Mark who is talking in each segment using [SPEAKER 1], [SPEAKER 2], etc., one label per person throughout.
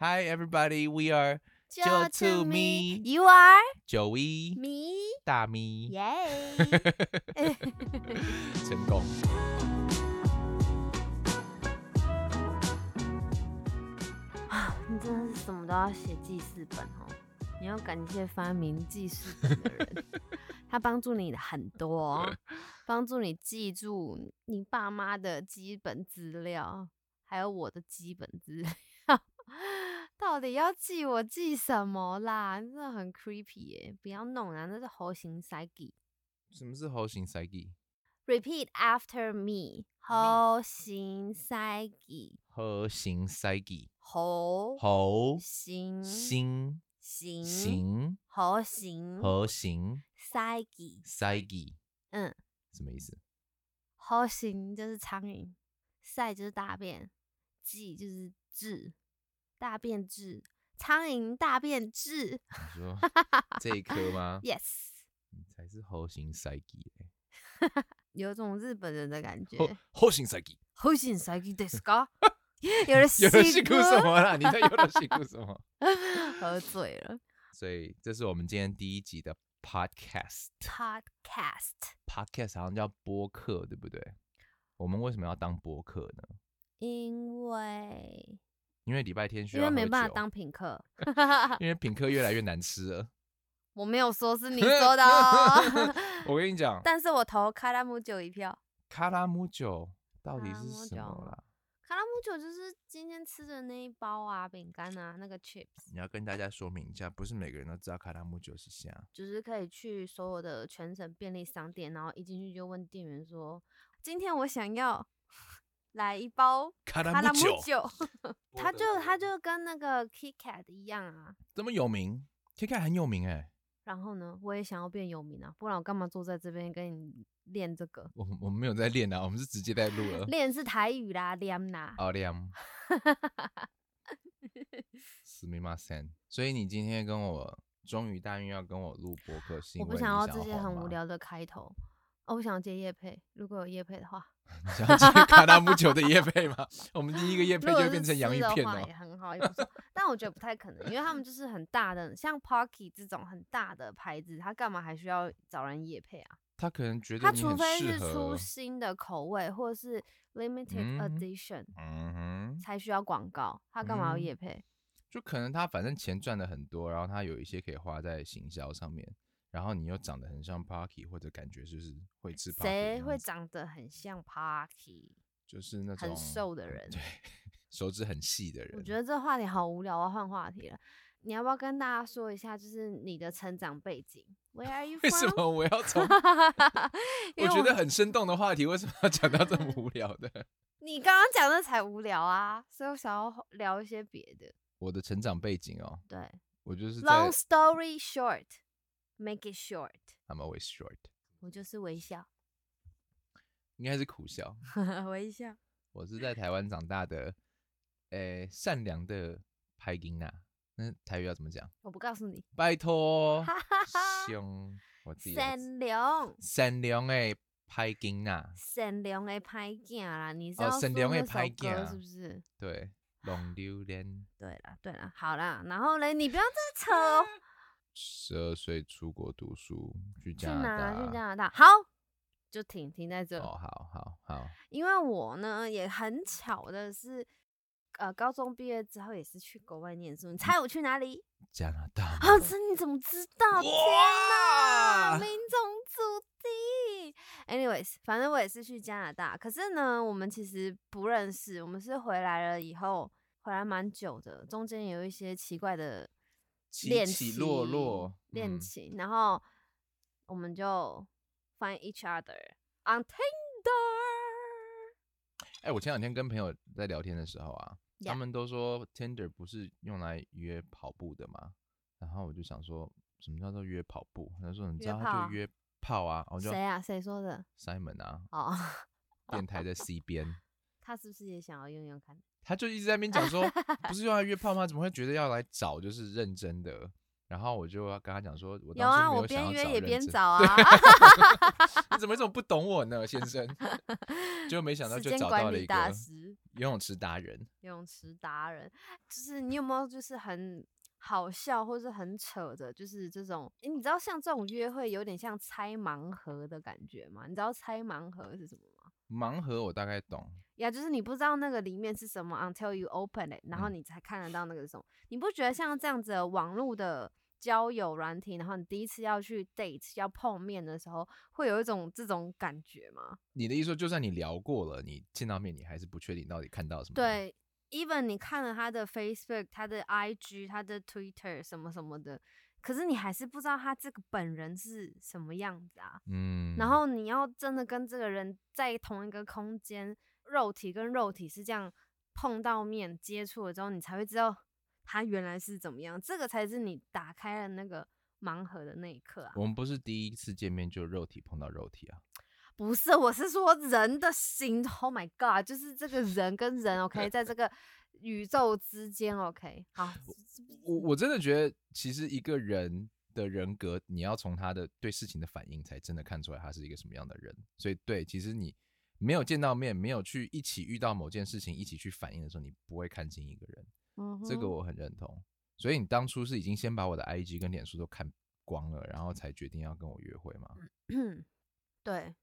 [SPEAKER 1] Hi, everybody. We are 就
[SPEAKER 2] 就
[SPEAKER 1] 醋咪
[SPEAKER 2] You are
[SPEAKER 1] 九一
[SPEAKER 2] me，
[SPEAKER 1] 大咪，
[SPEAKER 2] 耶！
[SPEAKER 1] 成功。
[SPEAKER 2] 你真的是什么都要写记事本哦。你要感谢发明记事本的人，他帮助你很多哦，帮助你记住你爸妈的基本资料，还有我的基本资料。 到底要记我记什么啦？真的很 creepy 耶、不要弄啊，那是猴形塞给。
[SPEAKER 1] 什么是猴形塞记？
[SPEAKER 2] Repeat after me，猴形塞给，
[SPEAKER 1] 猴形塞记，
[SPEAKER 2] 猴
[SPEAKER 1] 猴
[SPEAKER 2] 形
[SPEAKER 1] 心
[SPEAKER 2] 形
[SPEAKER 1] 形
[SPEAKER 2] 猴形
[SPEAKER 1] 猴形
[SPEAKER 2] 塞给，
[SPEAKER 1] 塞记，
[SPEAKER 2] 嗯，
[SPEAKER 1] 什么意思？
[SPEAKER 2] 猴形就是苍蝇，塞就是大便，记就是治，大便治，苍蝇大便治
[SPEAKER 1] 你 说这一颗吗？
[SPEAKER 2] ，yes，
[SPEAKER 1] 你才是猴形塞记嘞，
[SPEAKER 2] 有种日本人的感觉，
[SPEAKER 1] 猴猴形塞记。
[SPEAKER 2] 猴形塞给 d i s c 有人
[SPEAKER 1] 有的是
[SPEAKER 2] 哭
[SPEAKER 1] 哭什？么啦？你 在有的是哭什么？
[SPEAKER 2] 喝醉了
[SPEAKER 1] 所以这是我们今天第一集的 podcast。
[SPEAKER 2] ，podcast。
[SPEAKER 1] podcast 好像叫播客，对不对？我们为什么要当播客呢？
[SPEAKER 2] 因为
[SPEAKER 1] 因为礼拜天需
[SPEAKER 2] 因
[SPEAKER 1] 要
[SPEAKER 2] 为没
[SPEAKER 1] 喝
[SPEAKER 2] 办法
[SPEAKER 1] 酒，
[SPEAKER 2] 当品客，
[SPEAKER 1] 因为品客越来越难吃 了。。
[SPEAKER 2] 我没有说是你说的哦
[SPEAKER 1] 我跟你讲，
[SPEAKER 2] 但是我投卡拉姆酒一票。
[SPEAKER 1] 卡拉姆酒到底
[SPEAKER 2] 卡拉
[SPEAKER 1] 是
[SPEAKER 2] 姆
[SPEAKER 1] 什么
[SPEAKER 2] 酒
[SPEAKER 1] 啦？
[SPEAKER 2] 卡拉姆酒就是今天吃的那一包啊，饼干啊，那个 chips，
[SPEAKER 1] 你要跟大家说明一下，不是每个人都知道卡拉姆酒是啥。
[SPEAKER 2] 就是可以去所有的全省便利商店，然后一进去就问店员说：“今天我想要 来一包
[SPEAKER 1] 卡
[SPEAKER 2] 卡
[SPEAKER 1] 姆
[SPEAKER 2] 拉姆酒。” 他就他就跟那个 KitKat 一样啊。
[SPEAKER 1] 这么有名，KK 很有名哎、
[SPEAKER 2] 然后呢，我也想要变有名啊，不然我干嘛坐在这边跟你练这个？
[SPEAKER 1] 我我们没有在练啊，我们是直接在录了。
[SPEAKER 2] 练是台语啦，练啦。
[SPEAKER 1] 奥利 昂，すみません。所以你今天跟我终于答应要跟我录播客，是因
[SPEAKER 2] 我
[SPEAKER 1] 为你
[SPEAKER 2] 不想
[SPEAKER 1] 想
[SPEAKER 2] 要这些
[SPEAKER 1] 红
[SPEAKER 2] 很
[SPEAKER 1] 吗
[SPEAKER 2] 无。聊的开头。哦，我想要接叶配，如果有叶配的话，
[SPEAKER 1] 你想要接卡拉姆酒的夜配吗？我们第一个夜配
[SPEAKER 2] 如
[SPEAKER 1] 就
[SPEAKER 2] 果
[SPEAKER 1] 会
[SPEAKER 2] 是
[SPEAKER 1] 变成洋芋
[SPEAKER 2] 吃的
[SPEAKER 1] 片
[SPEAKER 2] 话
[SPEAKER 1] 哦
[SPEAKER 2] 也。很好，也不错。但我觉得不太可能，因为他们就是很大的，像 Pocky 这种很大的牌子，他干嘛还需要找人叶配啊？
[SPEAKER 1] 他可能觉得
[SPEAKER 2] 他
[SPEAKER 1] 你
[SPEAKER 2] 除
[SPEAKER 1] 很
[SPEAKER 2] 非
[SPEAKER 1] 适
[SPEAKER 2] 是出
[SPEAKER 1] 合。
[SPEAKER 2] 新的口味或者是 limited
[SPEAKER 1] 嗯
[SPEAKER 2] edition、
[SPEAKER 1] 嗯哼，
[SPEAKER 2] 才需要广告，他干嘛要
[SPEAKER 1] 嗯
[SPEAKER 2] 叶配？
[SPEAKER 1] 就可能他反正钱赚的很多，然后他有一些可以花在行销上面，然后你又长得很像 Parky，或者感觉就是会吃 Parky，
[SPEAKER 2] 谁会
[SPEAKER 1] 长？
[SPEAKER 2] 长得很像 Pocky？
[SPEAKER 1] 就是那种
[SPEAKER 2] 很瘦的人
[SPEAKER 1] 对，手指很细的人。
[SPEAKER 2] 我觉得这话题好无聊，我要换话题了。你要不要跟大家说一下，就是你的成长背景？Where are you
[SPEAKER 1] 为什
[SPEAKER 2] from？
[SPEAKER 1] 么我要从
[SPEAKER 2] 因
[SPEAKER 1] 我
[SPEAKER 2] 为
[SPEAKER 1] 觉得很生动的话题，为什么要讲到这么无聊的？
[SPEAKER 2] 你刚刚讲的才无聊啊，所以我想要聊一些别的。
[SPEAKER 1] 我的成长背景哦，
[SPEAKER 2] 对
[SPEAKER 1] 我就是在
[SPEAKER 2] ，Long story short，make it short，
[SPEAKER 1] I'm always short，
[SPEAKER 2] 我就是微笑，
[SPEAKER 1] 应该是苦笑。
[SPEAKER 2] 微笑。
[SPEAKER 1] 我是在台湾长大的，诶、善良的派金娜。那台语要怎么讲？
[SPEAKER 2] 我不告诉你，
[SPEAKER 1] 拜托
[SPEAKER 2] 哈哈哈，
[SPEAKER 1] 兄，我自己来
[SPEAKER 2] 善良，
[SPEAKER 1] 善良的派金娜，
[SPEAKER 2] 善良的拍镜啦，你是
[SPEAKER 1] 哦
[SPEAKER 2] 要
[SPEAKER 1] 善
[SPEAKER 2] 说
[SPEAKER 1] 良的啊
[SPEAKER 2] 那首
[SPEAKER 1] 歹
[SPEAKER 2] 歌
[SPEAKER 1] 囝
[SPEAKER 2] 是不是？
[SPEAKER 1] 对，龙榴莲。
[SPEAKER 2] 对啦，对啦，好啦，然后嘞，你不要再扯
[SPEAKER 1] 啊
[SPEAKER 2] 哦。
[SPEAKER 1] 十二岁出国读书，去
[SPEAKER 2] 去
[SPEAKER 1] 加拿
[SPEAKER 2] 哪？
[SPEAKER 1] 大。
[SPEAKER 2] 去加拿大。好，就停停在这。
[SPEAKER 1] 啊哦，好好好，
[SPEAKER 2] 因为我呢也很巧的是，呃，高中毕业之后也是去国外念书。你猜
[SPEAKER 1] 嗯
[SPEAKER 2] 我去哪里？
[SPEAKER 1] 加拿大吗。
[SPEAKER 2] 啊，这你怎么知道？天啊哪，
[SPEAKER 1] 哇
[SPEAKER 2] 命中注定。Anyways，反正我也是去加拿大，可是呢，我们其实不认识，我们是回来了以后，回来蛮久的，中间有一些奇怪的
[SPEAKER 1] 起
[SPEAKER 2] 恋
[SPEAKER 1] 起落
[SPEAKER 2] 情
[SPEAKER 1] 落
[SPEAKER 2] 恋
[SPEAKER 1] 嗯
[SPEAKER 2] 情，然后我们就 find each other on Tinder。
[SPEAKER 1] 哎、我前两天跟朋友在聊天的时候啊他
[SPEAKER 2] Yeah
[SPEAKER 1] 们都说 Tinder 不是用来约跑步的吗？然后我就想说，什么叫做约跑步？他说你知
[SPEAKER 2] 约
[SPEAKER 1] 道
[SPEAKER 2] 炮
[SPEAKER 1] 他
[SPEAKER 2] 啊
[SPEAKER 1] 就约炮啊，然后我就
[SPEAKER 2] 谁啊？谁说的？
[SPEAKER 1] Simon 啊，
[SPEAKER 2] 哦，
[SPEAKER 1] 电台在 C 边，
[SPEAKER 2] 他是不是也想要用用看？
[SPEAKER 1] 他就一直在那边讲说，不是用来约炮吗？怎么会觉得要来找就是认真的？然后我就要跟他讲说，我
[SPEAKER 2] 有
[SPEAKER 1] 当
[SPEAKER 2] 啊，
[SPEAKER 1] 初没
[SPEAKER 2] 我
[SPEAKER 1] 想要
[SPEAKER 2] 边约
[SPEAKER 1] 找
[SPEAKER 2] 也
[SPEAKER 1] 认
[SPEAKER 2] 边
[SPEAKER 1] 真
[SPEAKER 2] 找啊。
[SPEAKER 1] 你怎么这么不懂我呢，先生？就没想到
[SPEAKER 2] 时
[SPEAKER 1] 就
[SPEAKER 2] 间
[SPEAKER 1] 找
[SPEAKER 2] 管
[SPEAKER 1] 到了
[SPEAKER 2] 理
[SPEAKER 1] 一个
[SPEAKER 2] 大师池，
[SPEAKER 1] 游泳池达人，
[SPEAKER 2] 游泳池达人，就是你有没有就是很好笑或是很扯的，就是这种，诶你知道像这种约会有点像拆盲盒的感觉吗？你知道拆盲盒是什么吗？
[SPEAKER 1] 盲盒我大概懂，
[SPEAKER 2] 呀，就是你不知道那个里面是什么，until you open it，然后
[SPEAKER 1] 嗯
[SPEAKER 2] 你才看得到那个是什么。你不觉得像这样子的网络的交友软体，然后你第一次要去 date 要碰面的时候，会有一种这种感觉吗？
[SPEAKER 1] 你的意思说，就算你聊过了，你见到面你还是不确定到底看到什么？，
[SPEAKER 2] 对，even 你看了他的 Facebook、他的 IG、他的 Twitter 什么什么的，可是你还是不知道他这个本人是什么样子啊。
[SPEAKER 1] 嗯，
[SPEAKER 2] 然后你要真的跟这个人在同一个空间，肉体跟肉体是这样碰到面接触了之后，你才会知道他原来是怎么样。这个才是你打开了那个盲盒的那一刻啊！
[SPEAKER 1] 我们不是第一次见面就肉体碰到肉体啊，
[SPEAKER 2] 不是，我是说人的心。Oh my god，就是这个人跟人 OK，在这个宇宙之间 OK。好，
[SPEAKER 1] 我我真的觉得，其实一个人的人格，你要从他的对事情的反应，才真的看出来他是一个什么样的人。所以，对，其实你没有见到面，没有去一起遇到某件事情，一起去反应的时候，你不会看清一个人。
[SPEAKER 2] 嗯
[SPEAKER 1] 这个
[SPEAKER 2] 哼
[SPEAKER 1] 我很认同。所以你当初是已经先把我的 IG 跟脸书都看光了，然后才决定要跟我约会吗？
[SPEAKER 2] 嗯 对。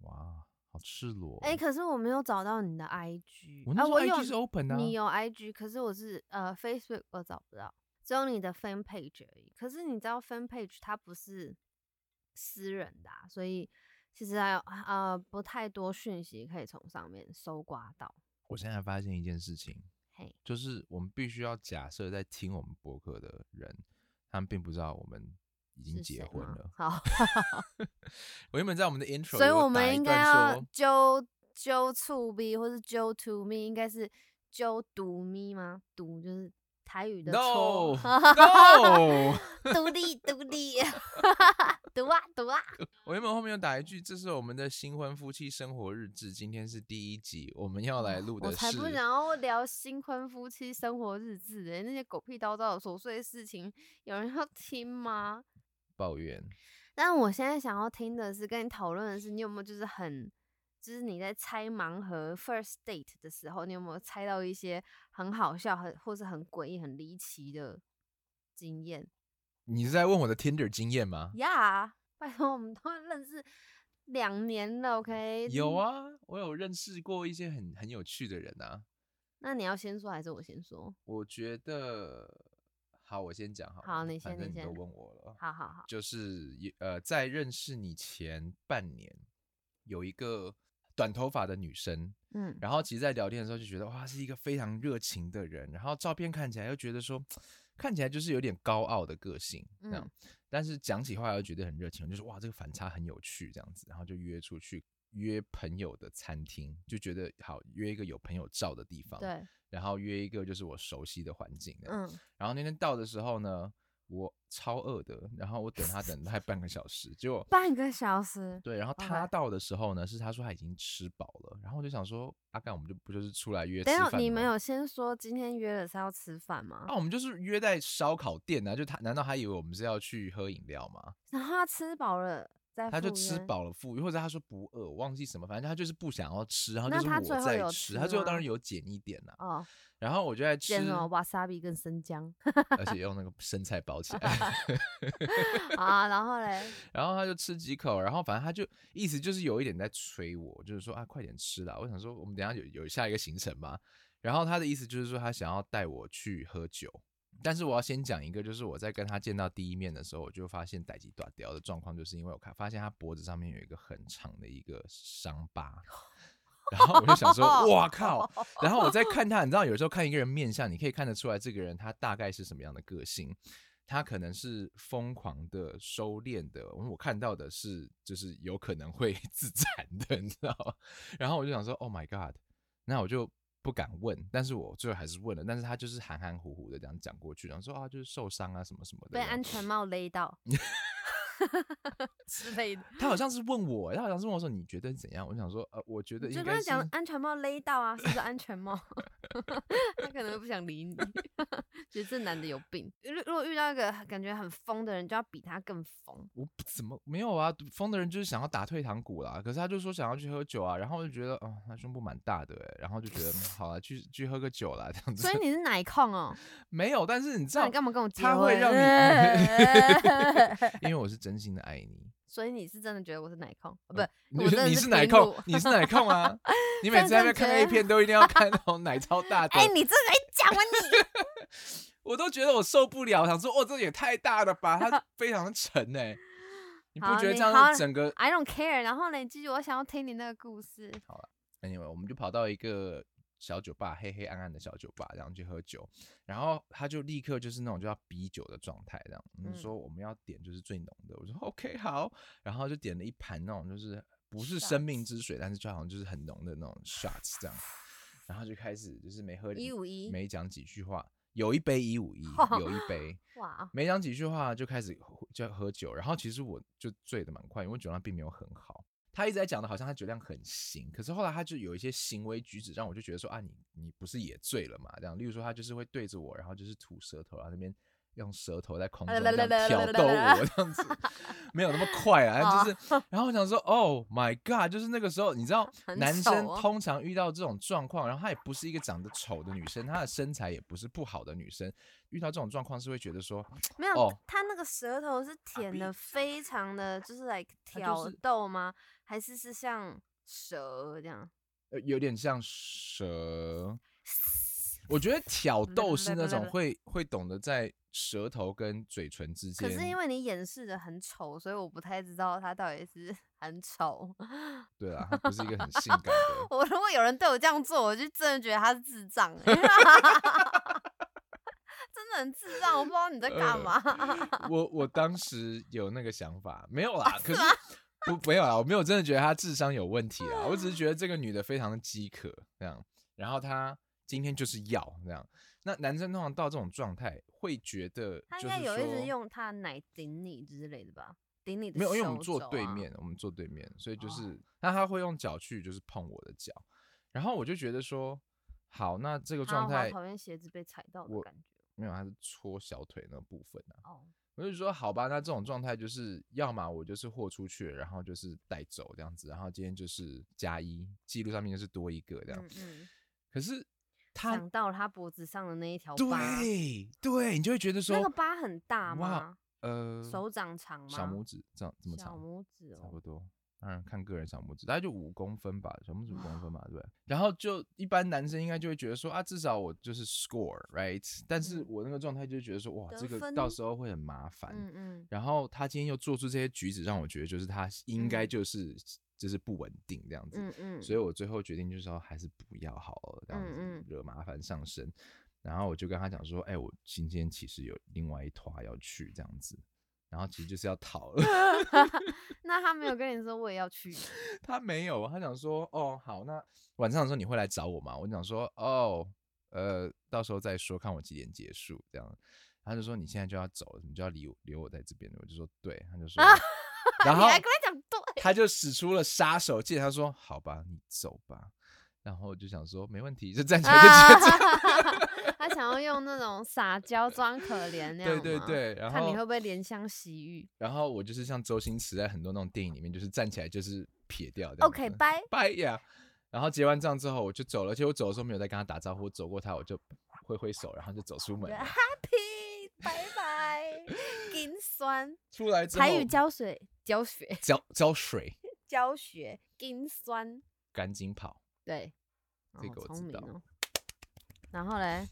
[SPEAKER 1] 哇，好赤裸哦！
[SPEAKER 2] 哎、可是我没有找到你的 IG，
[SPEAKER 1] 我哦
[SPEAKER 2] 啊，
[SPEAKER 1] 那时候
[SPEAKER 2] 我有
[SPEAKER 1] IG 是 open 的啊
[SPEAKER 2] 你有 IG，可是我是呃 Facebook 我找不到，只有你的 fan page 而已。可是你知道 fan page 它不是私人的、啊，所以其实还有呃不太多讯息可以从上面搜刮到。
[SPEAKER 1] 我现在发现一件事情，
[SPEAKER 2] 嘿，
[SPEAKER 1] 就是我们必须要假设在听我们播客的人，他们并不知道我们已经
[SPEAKER 2] 是
[SPEAKER 1] 结
[SPEAKER 2] 谁
[SPEAKER 1] 婚
[SPEAKER 2] 吗
[SPEAKER 1] 了。
[SPEAKER 2] 好，
[SPEAKER 1] 我原本在我们的 intro，
[SPEAKER 2] 所以
[SPEAKER 1] 有
[SPEAKER 2] 我
[SPEAKER 1] 打
[SPEAKER 2] 们
[SPEAKER 1] 一
[SPEAKER 2] 应该
[SPEAKER 1] 段
[SPEAKER 2] 要
[SPEAKER 1] 说
[SPEAKER 2] 揪揪 to be 或是揪 to me，应该是揪独咪吗？独就是台语的
[SPEAKER 1] no
[SPEAKER 2] 戳
[SPEAKER 1] no，
[SPEAKER 2] 独立独立， 独啊独啊！
[SPEAKER 1] 我原本后面有打一句，这是我们的新婚夫妻生活日志，今天是第一集，我们要来录
[SPEAKER 2] 哦我
[SPEAKER 1] 的
[SPEAKER 2] 才
[SPEAKER 1] 是
[SPEAKER 2] 不想要聊新婚夫妻生活日志的、那些狗屁叨叨的琐碎事情，有人要听吗？
[SPEAKER 1] 抱怨。
[SPEAKER 2] 但我现在想要听的是，跟你讨论的是，你有没有就是很，就是你在猜盲盒 first date 的时候，你有没有猜到一些很好笑、很或是很诡异、很离奇的经验
[SPEAKER 1] 你是在问我的 Tinder 经验吗？
[SPEAKER 2] 呀拜托，我们都认识两年了，OK？
[SPEAKER 1] 有，啊，我有认识过一些很很有趣的人啊。
[SPEAKER 2] 那你要先说还是我先说？
[SPEAKER 1] 我觉得，好，我先讲好了。
[SPEAKER 2] 好你
[SPEAKER 1] 反
[SPEAKER 2] 先你
[SPEAKER 1] 正都
[SPEAKER 2] 先
[SPEAKER 1] 问我了。
[SPEAKER 2] 好好好，
[SPEAKER 1] 就是也呃，在认识你前半年，有一个短头发的女生，
[SPEAKER 2] 嗯，
[SPEAKER 1] 然后其实，在聊天的时候就觉得哇，是一个非常热情的人，然后照片看起来又觉得说，看起来就是有点高傲的个性这样，
[SPEAKER 2] 嗯
[SPEAKER 1] 但是讲起话又觉得很热情，就是哇，这个反差很有趣这样子，然后就约出去约朋友的餐厅，就觉得好约一个有朋友照的地方，，
[SPEAKER 2] 对，
[SPEAKER 1] 然后呃约一个就是我熟悉的环境这样，
[SPEAKER 2] 嗯。
[SPEAKER 1] 然后那天到的时候呢，我超饿的，然后我等他等了快半个小时，结 果
[SPEAKER 2] 半个小时，
[SPEAKER 1] 对，然后
[SPEAKER 2] OK
[SPEAKER 1] 他到的时候呢，是他说他已经吃饱了，然后我就想说，阿、干，我们就不就是出来约吃
[SPEAKER 2] 等一
[SPEAKER 1] 饭
[SPEAKER 2] 下
[SPEAKER 1] 的
[SPEAKER 2] 你
[SPEAKER 1] 吗
[SPEAKER 2] 们有先说今天约了是要吃饭吗？
[SPEAKER 1] 啊？我们就是约在烧烤店啊，就他难道他以为我们是要去喝饮料吗？
[SPEAKER 2] 然后他吃饱了再
[SPEAKER 1] 他就
[SPEAKER 2] 赴
[SPEAKER 1] 吃
[SPEAKER 2] 约，
[SPEAKER 1] 饱了富裕，或者他说不饿，我忘记什么，反正他就是不想要吃，然后就
[SPEAKER 2] 那
[SPEAKER 1] 是
[SPEAKER 2] 他最
[SPEAKER 1] 我
[SPEAKER 2] 后
[SPEAKER 1] 在
[SPEAKER 2] 有
[SPEAKER 1] 吃，
[SPEAKER 2] 吃
[SPEAKER 1] 他最后当
[SPEAKER 2] 吗
[SPEAKER 1] 然有减一点啦、
[SPEAKER 2] 哦，
[SPEAKER 1] 然后我就在吃
[SPEAKER 2] 煎，什么 wasabi 跟生 姜
[SPEAKER 1] 而且用那个生菜包 起来。
[SPEAKER 2] 啊，然 后嘞，
[SPEAKER 1] 然后他就吃几口，然后反正他就意思就是有一点在催我，就是说啊，快点吃啦！我想说，我们等一下有有下一个行程吗？然后他的意思就是说，他想要带我去喝酒，但是我要先讲一个，就是我在跟他见到第一面的时候，我就发现逮鸡短掉的状况，就是因为我看发现他脖子上面有一个很长的一个伤疤，然后我就想说，哇靠！然后我再看他，你知道，有时候看一个人面相，你可以看得出来这个人他大概是什么样的个性。他可能是疯狂的、收敛的，我看到的是就是有可能会 自残的，你知道吗？然后我就想说，Oh my god！那我就不敢问，但是我最后还是问了，但是他就是含含糊糊的这样讲过去，然后说啊，就是受伤啊什么什么的
[SPEAKER 2] 被
[SPEAKER 1] 这样。
[SPEAKER 2] 安全帽勒 到 之类的，
[SPEAKER 1] 他好像是问我，他好像是问我说你觉得怎样？我想说，呃，我觉得
[SPEAKER 2] 你就
[SPEAKER 1] 应
[SPEAKER 2] 跟
[SPEAKER 1] 该
[SPEAKER 2] 他
[SPEAKER 1] 是
[SPEAKER 2] 讲安全帽勒到啊，是不是安全帽？他可能不想理你， 觉得这男的有病。如如果遇到一个感觉很疯的人，就要比他更疯。
[SPEAKER 1] 我不怎么没有啊？疯的人就是想要打退堂鼓啦，可是他就说想要去喝酒啊，然后我就觉得，哦，他胸部蛮大的欸，然后就觉 得，嗯好了，去去喝个酒啦，这样子
[SPEAKER 2] 所。以你是奶控哦？
[SPEAKER 1] 没有，但是你知
[SPEAKER 2] 那
[SPEAKER 1] 道
[SPEAKER 2] 你，干嘛跟我结
[SPEAKER 1] 他会
[SPEAKER 2] 婚？
[SPEAKER 1] 让你因为我是真心的爱你。
[SPEAKER 2] 所以你是真的觉得我是奶控？呃不，
[SPEAKER 1] 你
[SPEAKER 2] 我真的
[SPEAKER 1] 你
[SPEAKER 2] 是
[SPEAKER 1] 奶
[SPEAKER 2] 平
[SPEAKER 1] 控
[SPEAKER 2] 乳，
[SPEAKER 1] 你是奶控 啊！你每
[SPEAKER 2] 真的
[SPEAKER 1] 次在那
[SPEAKER 2] 真的
[SPEAKER 1] 边看
[SPEAKER 2] 觉
[SPEAKER 1] A
[SPEAKER 2] 得
[SPEAKER 1] 片都一定要看那种奶超大的，
[SPEAKER 2] 哎、你这哎讲完你
[SPEAKER 1] 我都觉得我受不了，想说哦，这也太大了吧， 它非常沉哎、你不
[SPEAKER 2] 好
[SPEAKER 1] 觉得
[SPEAKER 2] 你
[SPEAKER 1] 这
[SPEAKER 2] 好
[SPEAKER 1] 样整个
[SPEAKER 2] ，I don't care。然后呢，继续，我想要听你那个故事。
[SPEAKER 1] anyway，我们就跑到一个小酒吧，黑黑暗暗的小酒吧，然后去喝酒，然后他就立刻就是那种就要比酒的状态，这样，我们就
[SPEAKER 2] 嗯
[SPEAKER 1] 说我们要点就是最浓的，我说 OK 好，然后就点了一盘那种就是不是
[SPEAKER 2] Shots
[SPEAKER 1] 生命之水，但是就好像就是很浓的那种 shots 这样，然后就开始就是没喝
[SPEAKER 2] 一五一
[SPEAKER 1] 没讲几句话，有一杯一五一，有一杯。
[SPEAKER 2] 哇，
[SPEAKER 1] 没讲几句话就开始喝就喝酒，然后其实我就醉的蛮快，因为酒量并没有很好。他一直在讲的好像他酒量很行，可是后来他就有一些行为举止让我就觉得说啊，你你不是也醉了嘛？这样，例如说他就是会对着我，然后就是吐舌头，然后那边用舌头在空
[SPEAKER 2] 呃
[SPEAKER 1] 中这样挑逗我这样子， 没有那么快啊，
[SPEAKER 2] 哦
[SPEAKER 1] 就是。然后我想说，Oh my god！就是那个时候，你知道
[SPEAKER 2] 很
[SPEAKER 1] 男
[SPEAKER 2] 丑
[SPEAKER 1] 生
[SPEAKER 2] 哦
[SPEAKER 1] 通常遇到这种状况，然后她也不是一个长得丑的女生，她的身材也不是不好的女生，遇到这种状况是会觉得说，
[SPEAKER 2] 没有，
[SPEAKER 1] 哦
[SPEAKER 2] 他那个舌头是舔的非常的，就是 like
[SPEAKER 1] 他就
[SPEAKER 2] 挑
[SPEAKER 1] 是
[SPEAKER 2] 逗吗？还是是像蛇这样？
[SPEAKER 1] 呃，有点像蛇。我觉得挑
[SPEAKER 2] 嗯
[SPEAKER 1] 逗是那种会会懂得在舌头跟嘴唇之间。
[SPEAKER 2] 可是因为你掩饰的很丑，所以我不太知道他到底是 很丑。
[SPEAKER 1] 对啊啦，它不是一个很性感的
[SPEAKER 2] 我如果有人对我这样做，我就真的觉得他是智障、欸， 真的很智障。我不知道你在干嘛。
[SPEAKER 1] 呃
[SPEAKER 2] 啊
[SPEAKER 1] 我我当时有那个想法，没有啦，可是不没有啦，我没有真的觉得她智商有问题啦，我只是 觉得这个女的非常的饥渴这样，然后她今天就是要这样。那男生通常到这种状态会觉得，
[SPEAKER 2] 他
[SPEAKER 1] 就
[SPEAKER 2] 应该
[SPEAKER 1] 是
[SPEAKER 2] 有一直
[SPEAKER 1] 说
[SPEAKER 2] 用他的奶顶你之类的吧？顶你的
[SPEAKER 1] 没有，因为我
[SPEAKER 2] 手
[SPEAKER 1] 们坐
[SPEAKER 2] 肘
[SPEAKER 1] 对
[SPEAKER 2] 啊。
[SPEAKER 1] 面，我们坐对面，所以就
[SPEAKER 2] 哦
[SPEAKER 1] 是，那他会用脚去就是碰我的脚，然后我就觉得说，好，那这个
[SPEAKER 2] 啊
[SPEAKER 1] 状
[SPEAKER 2] 我好
[SPEAKER 1] 态
[SPEAKER 2] 讨厌鞋子被踩到的
[SPEAKER 1] 我
[SPEAKER 2] 感觉
[SPEAKER 1] 没有，他是搓小腿那部分啊，
[SPEAKER 2] 哦。
[SPEAKER 1] 我就说好吧，那这种状态就是，要么我就是豁出去了，然后就是带走这样子，然后今天就是加一，记录上面就是多一个这样，
[SPEAKER 2] 嗯嗯
[SPEAKER 1] 可是他
[SPEAKER 2] 想到他脖子上的那一条疤，
[SPEAKER 1] 对对，你就会觉得说
[SPEAKER 2] 那个疤很大吗？
[SPEAKER 1] 呃
[SPEAKER 2] 手掌长吗？
[SPEAKER 1] 小拇指这样这么
[SPEAKER 2] 小
[SPEAKER 1] 长，
[SPEAKER 2] 拇指
[SPEAKER 1] 差
[SPEAKER 2] 哦
[SPEAKER 1] 不。多。当然看个人小拇指，大概就五公分吧，小拇指五公分嘛，对不对？
[SPEAKER 2] 啊
[SPEAKER 1] 然后就一般男生应该就会觉得说啊，至少我就是 score，right？但是
[SPEAKER 2] 嗯
[SPEAKER 1] 我那个状态就觉得说，哇，
[SPEAKER 2] 得
[SPEAKER 1] 这个
[SPEAKER 2] 分
[SPEAKER 1] 到时候会很麻烦。
[SPEAKER 2] 嗯嗯，
[SPEAKER 1] 然后他今天又做出这些举止，让我觉得就是他应该
[SPEAKER 2] 嗯
[SPEAKER 1] 就是、就是不稳定这样子。
[SPEAKER 2] 嗯嗯，
[SPEAKER 1] 所以我最后决定就是说还是不要好了，这样
[SPEAKER 2] 嗯
[SPEAKER 1] 子
[SPEAKER 2] 嗯
[SPEAKER 1] 惹麻烦上身。然后我就跟他讲说，哎、我今天其实有另外一团要去这样子，然后其实就是要逃了。
[SPEAKER 2] 那他没有跟你说我也要去，
[SPEAKER 1] 他没有，他想说，哦，好，那晚上的时候你会来找我吗？我想说，哦，呃，到时候再说，看我几点结束这样。他就说你现在就要走了，你就要留留我在这边。我就说对，他就说，然
[SPEAKER 2] 啊 你
[SPEAKER 1] 后
[SPEAKER 2] 还跟他讲对，
[SPEAKER 1] 他就使出了杀手锏，他说好吧，你走吧。然后我就想说没问题，就 站起来就直接走。
[SPEAKER 2] 啊 他想要用那种撒娇装可怜那样
[SPEAKER 1] 对
[SPEAKER 2] 吗，
[SPEAKER 1] 对对，然
[SPEAKER 2] 看你会
[SPEAKER 1] 后
[SPEAKER 2] 不会怜香惜玉
[SPEAKER 1] 然后我就是像周星驰在很多那种电影里面，就是站起来就是撇掉这样
[SPEAKER 2] ？OK，
[SPEAKER 1] 子
[SPEAKER 2] 拜。
[SPEAKER 1] 拜呀。然后结完账之后，我就走了。而且我走的时候没有再跟他打招呼，我走过他我就挥挥手，然后就走出门了。
[SPEAKER 2] Happy，拜拜，金酸，
[SPEAKER 1] 出来之后，
[SPEAKER 2] 台语教水，教学，
[SPEAKER 1] 浇浇水，
[SPEAKER 2] 教学，金酸，
[SPEAKER 1] 赶紧跑，
[SPEAKER 2] 对，
[SPEAKER 1] 这
[SPEAKER 2] 哦
[SPEAKER 1] 个我
[SPEAKER 2] 聪
[SPEAKER 1] 知
[SPEAKER 2] 明
[SPEAKER 1] 道
[SPEAKER 2] 哦。然后嘞，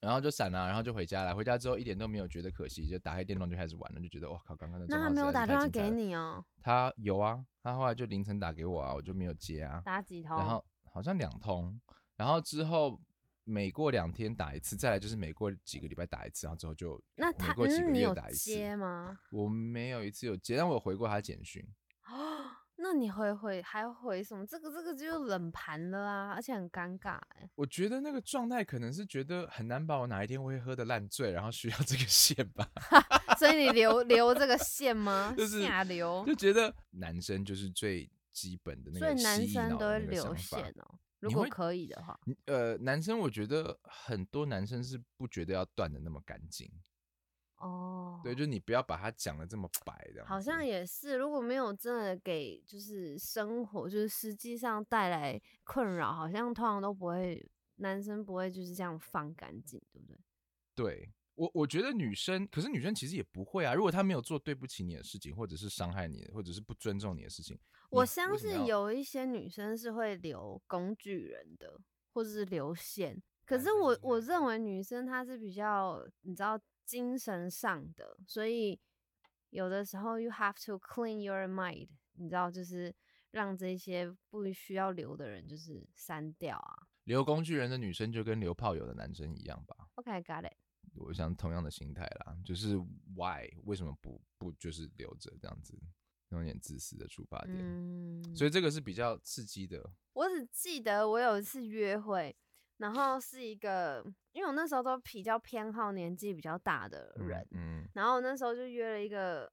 [SPEAKER 1] 然后就闪了、啊然后就回家了。回家之后一点都没有觉得可惜，就打开电动就开始玩了，就觉得哇靠，刚刚那
[SPEAKER 2] 那
[SPEAKER 1] 状
[SPEAKER 2] 他
[SPEAKER 1] 况
[SPEAKER 2] 没
[SPEAKER 1] 实在
[SPEAKER 2] 有打
[SPEAKER 1] 是
[SPEAKER 2] 电话
[SPEAKER 1] 太精彩
[SPEAKER 2] 给
[SPEAKER 1] 了。
[SPEAKER 2] 你哦，
[SPEAKER 1] 他有啊，他后来就凌晨打给我啊，我就没有接啊。
[SPEAKER 2] 打哦几通？
[SPEAKER 1] 然后好像两通，然后之后每过两天打一次，再来就是每过几个礼拜打一次，然后之后就
[SPEAKER 2] 那
[SPEAKER 1] 每
[SPEAKER 2] 他
[SPEAKER 1] 过几个
[SPEAKER 2] 嗯，你
[SPEAKER 1] 月
[SPEAKER 2] 有
[SPEAKER 1] 打一次。
[SPEAKER 2] 接吗？
[SPEAKER 1] 我没有一次有接，但我有回过他简讯。
[SPEAKER 2] 哦，那你回回还回什么？这个这个就是冷盘了啊，而且很尴尬哎、
[SPEAKER 1] 我觉得那个状态可能是觉得很难保我哪一天会喝的烂醉，然后需要这个线吧，
[SPEAKER 2] 所以你留留这个线吗？
[SPEAKER 1] 就是
[SPEAKER 2] 下流
[SPEAKER 1] 就，觉得男生就是最基本的那
[SPEAKER 2] 哦所
[SPEAKER 1] 个
[SPEAKER 2] 以
[SPEAKER 1] 蜥
[SPEAKER 2] 男
[SPEAKER 1] 蜴
[SPEAKER 2] 生
[SPEAKER 1] 脑
[SPEAKER 2] 都
[SPEAKER 1] 的
[SPEAKER 2] 会
[SPEAKER 1] 那个
[SPEAKER 2] 留
[SPEAKER 1] 想
[SPEAKER 2] 线
[SPEAKER 1] 法。
[SPEAKER 2] 哦、如
[SPEAKER 1] 你
[SPEAKER 2] 果
[SPEAKER 1] 会
[SPEAKER 2] 可以的话，
[SPEAKER 1] 你呃，男生我觉得很多男生是不觉得要断的那么干净，
[SPEAKER 2] 哦，
[SPEAKER 1] 对，就是你不要把它讲的这么白的。
[SPEAKER 2] 好像也是，如果没有真的给就是生活，就是实际上带来困扰，好像通常都不会，男生不会就是这样放干净，对不对？
[SPEAKER 1] 对我，我觉得女生，可是女生其实也不会啊。如果她没有做对不起你的事情，或者是伤害你，或者是不尊重你的事情，
[SPEAKER 2] 我
[SPEAKER 1] 你
[SPEAKER 2] 相
[SPEAKER 1] 为什么
[SPEAKER 2] 信
[SPEAKER 1] 要
[SPEAKER 2] 有一些女生是会留工具人的，或者是留线。可
[SPEAKER 1] 男
[SPEAKER 2] 是
[SPEAKER 1] 生
[SPEAKER 2] 我
[SPEAKER 1] 应该
[SPEAKER 2] 我
[SPEAKER 1] 是
[SPEAKER 2] 认为女生她是比较你知道精神上的，所以有的时候 you have to clean your mind，你知道就是让这些不需要留的人就是删掉啊。
[SPEAKER 1] 留工具人的女生就跟留炮友的男生一样吧。
[SPEAKER 2] OK，got、it。
[SPEAKER 1] 我想同样的心态啦，就是 why 为什么不不就是留着这样子，有点自私的出发点。
[SPEAKER 2] 嗯，
[SPEAKER 1] 所以这个是比较刺激的，
[SPEAKER 2] 我只记得我有一次约会，然后是一个，因为我那时候都比较偏好年纪比较大的
[SPEAKER 1] 嗯
[SPEAKER 2] 人，
[SPEAKER 1] 嗯，
[SPEAKER 2] 然后那时候就约了一个，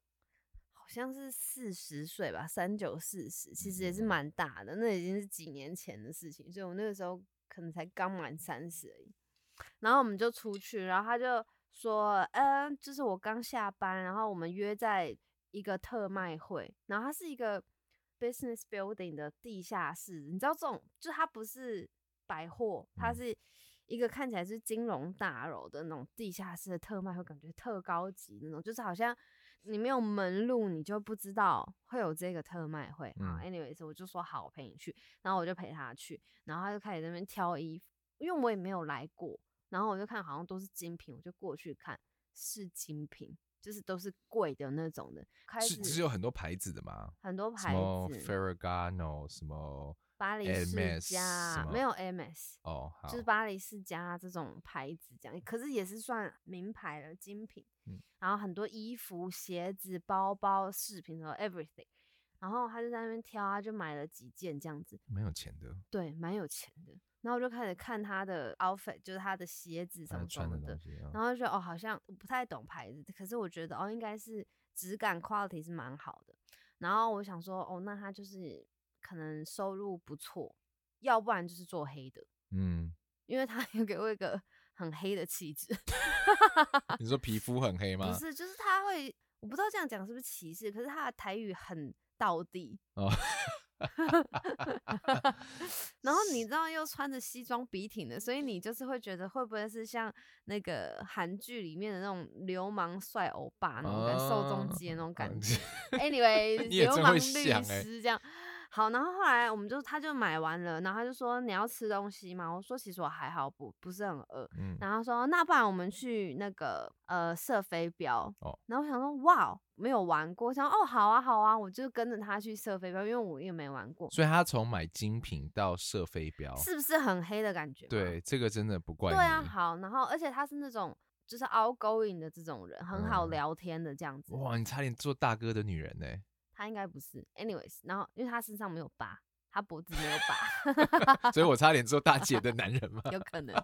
[SPEAKER 2] 好像是四十岁吧，三九四十，其实也是
[SPEAKER 1] 嗯
[SPEAKER 2] 蛮大的，那已经是几年前的事情，所以我那个时候可能才刚满三十而已。然后我们就出去，然后他就说，嗯，就是我刚下班，然后我们约在一个特卖会，然后它是一个 business building 的地下室，你知道这种，就它不是百货，它
[SPEAKER 1] 嗯
[SPEAKER 2] 是一个看起来是金融大楼的那种地下室的特卖会，感觉特高级那种，就是好像你没有门路，你就不知道会有这个特卖会。好
[SPEAKER 1] 嗯
[SPEAKER 2] ，anyways，我就说好，我陪你去，然后我就陪他去，然后他就开始在那边挑衣服，因为我也没有来过，然后我就看好像都是精品，我就过去看是精品。就是都是贵的那种的，开
[SPEAKER 1] 是
[SPEAKER 2] 始
[SPEAKER 1] 只有很多牌子的嘛，
[SPEAKER 2] 很多
[SPEAKER 1] 什
[SPEAKER 2] 牌
[SPEAKER 1] 么
[SPEAKER 2] 子，
[SPEAKER 1] Ferragamo 什么
[SPEAKER 2] 巴黎世
[SPEAKER 1] Hermes 什
[SPEAKER 2] 家
[SPEAKER 1] 么
[SPEAKER 2] 没有 MS，
[SPEAKER 1] 哦，好，
[SPEAKER 2] 就是巴黎世家这种牌子这样，可是也是算名牌了，精品。
[SPEAKER 1] 嗯
[SPEAKER 2] 然后很多衣服、鞋子、包包、饰品和 everything，然后他就在那边挑，他就买了几件这样子，
[SPEAKER 1] 蛮有钱的，
[SPEAKER 2] 对，蛮有钱的。然后我就开始看他的 outfit，就是他的鞋子什
[SPEAKER 1] 他
[SPEAKER 2] 么什
[SPEAKER 1] 穿
[SPEAKER 2] 么
[SPEAKER 1] 的
[SPEAKER 2] 的
[SPEAKER 1] 东，西啊，
[SPEAKER 2] 然后就觉得哦，好像我不太懂牌子，可是我觉得哦，应该是质感 quality 是蛮好的。然后我想说，哦，那他就是可能收入不错，要不然就是做黑的，
[SPEAKER 1] 嗯，
[SPEAKER 2] 因为他有给我一个很黑的气质，
[SPEAKER 1] 你说皮肤很黑
[SPEAKER 2] 不
[SPEAKER 1] 吗？
[SPEAKER 2] 是，就是他会，我不知道这样讲是不是歧视，可是他的台语很道地，
[SPEAKER 1] 哦，
[SPEAKER 2] 然后你知道又穿着西装笔挺的，所以你就是会觉得会不会是像那个韩剧里面的那种流氓帅欧巴那种感觉，寿
[SPEAKER 1] 啊
[SPEAKER 2] 终街那种感
[SPEAKER 1] 嗯
[SPEAKER 2] 觉。anyway，
[SPEAKER 1] 你也
[SPEAKER 2] 流
[SPEAKER 1] 真
[SPEAKER 2] 氓
[SPEAKER 1] 会
[SPEAKER 2] 律
[SPEAKER 1] 想欸
[SPEAKER 2] 师这样。好，然后后来我们就他就买完了，然后他就说你要吃东西吗？我说其实我还好，不不是很饿。
[SPEAKER 1] 嗯，
[SPEAKER 2] 然后他说那不然我们去那个呃射飞镖。
[SPEAKER 1] 哦
[SPEAKER 2] 然后我想说哇没有玩过，我想哦好啊好啊，我就跟着他去射飞镖，因为我也没玩过，
[SPEAKER 1] 所以他从买精品到射飞镖，
[SPEAKER 2] 是不是很黑的感觉？。
[SPEAKER 1] 对，这个真的不怪你，
[SPEAKER 2] 对啊，好，然后而且他是那种就是 outgoing 的这种人，很好
[SPEAKER 1] 嗯
[SPEAKER 2] 聊天的这样子。
[SPEAKER 1] 哇，你差点做大哥的女人呢、
[SPEAKER 2] 他应该不是，anyways，然后因为他身上没有疤，他脖子没有疤，
[SPEAKER 1] 所以我差点做大姐的男人嘛。
[SPEAKER 2] 有可能。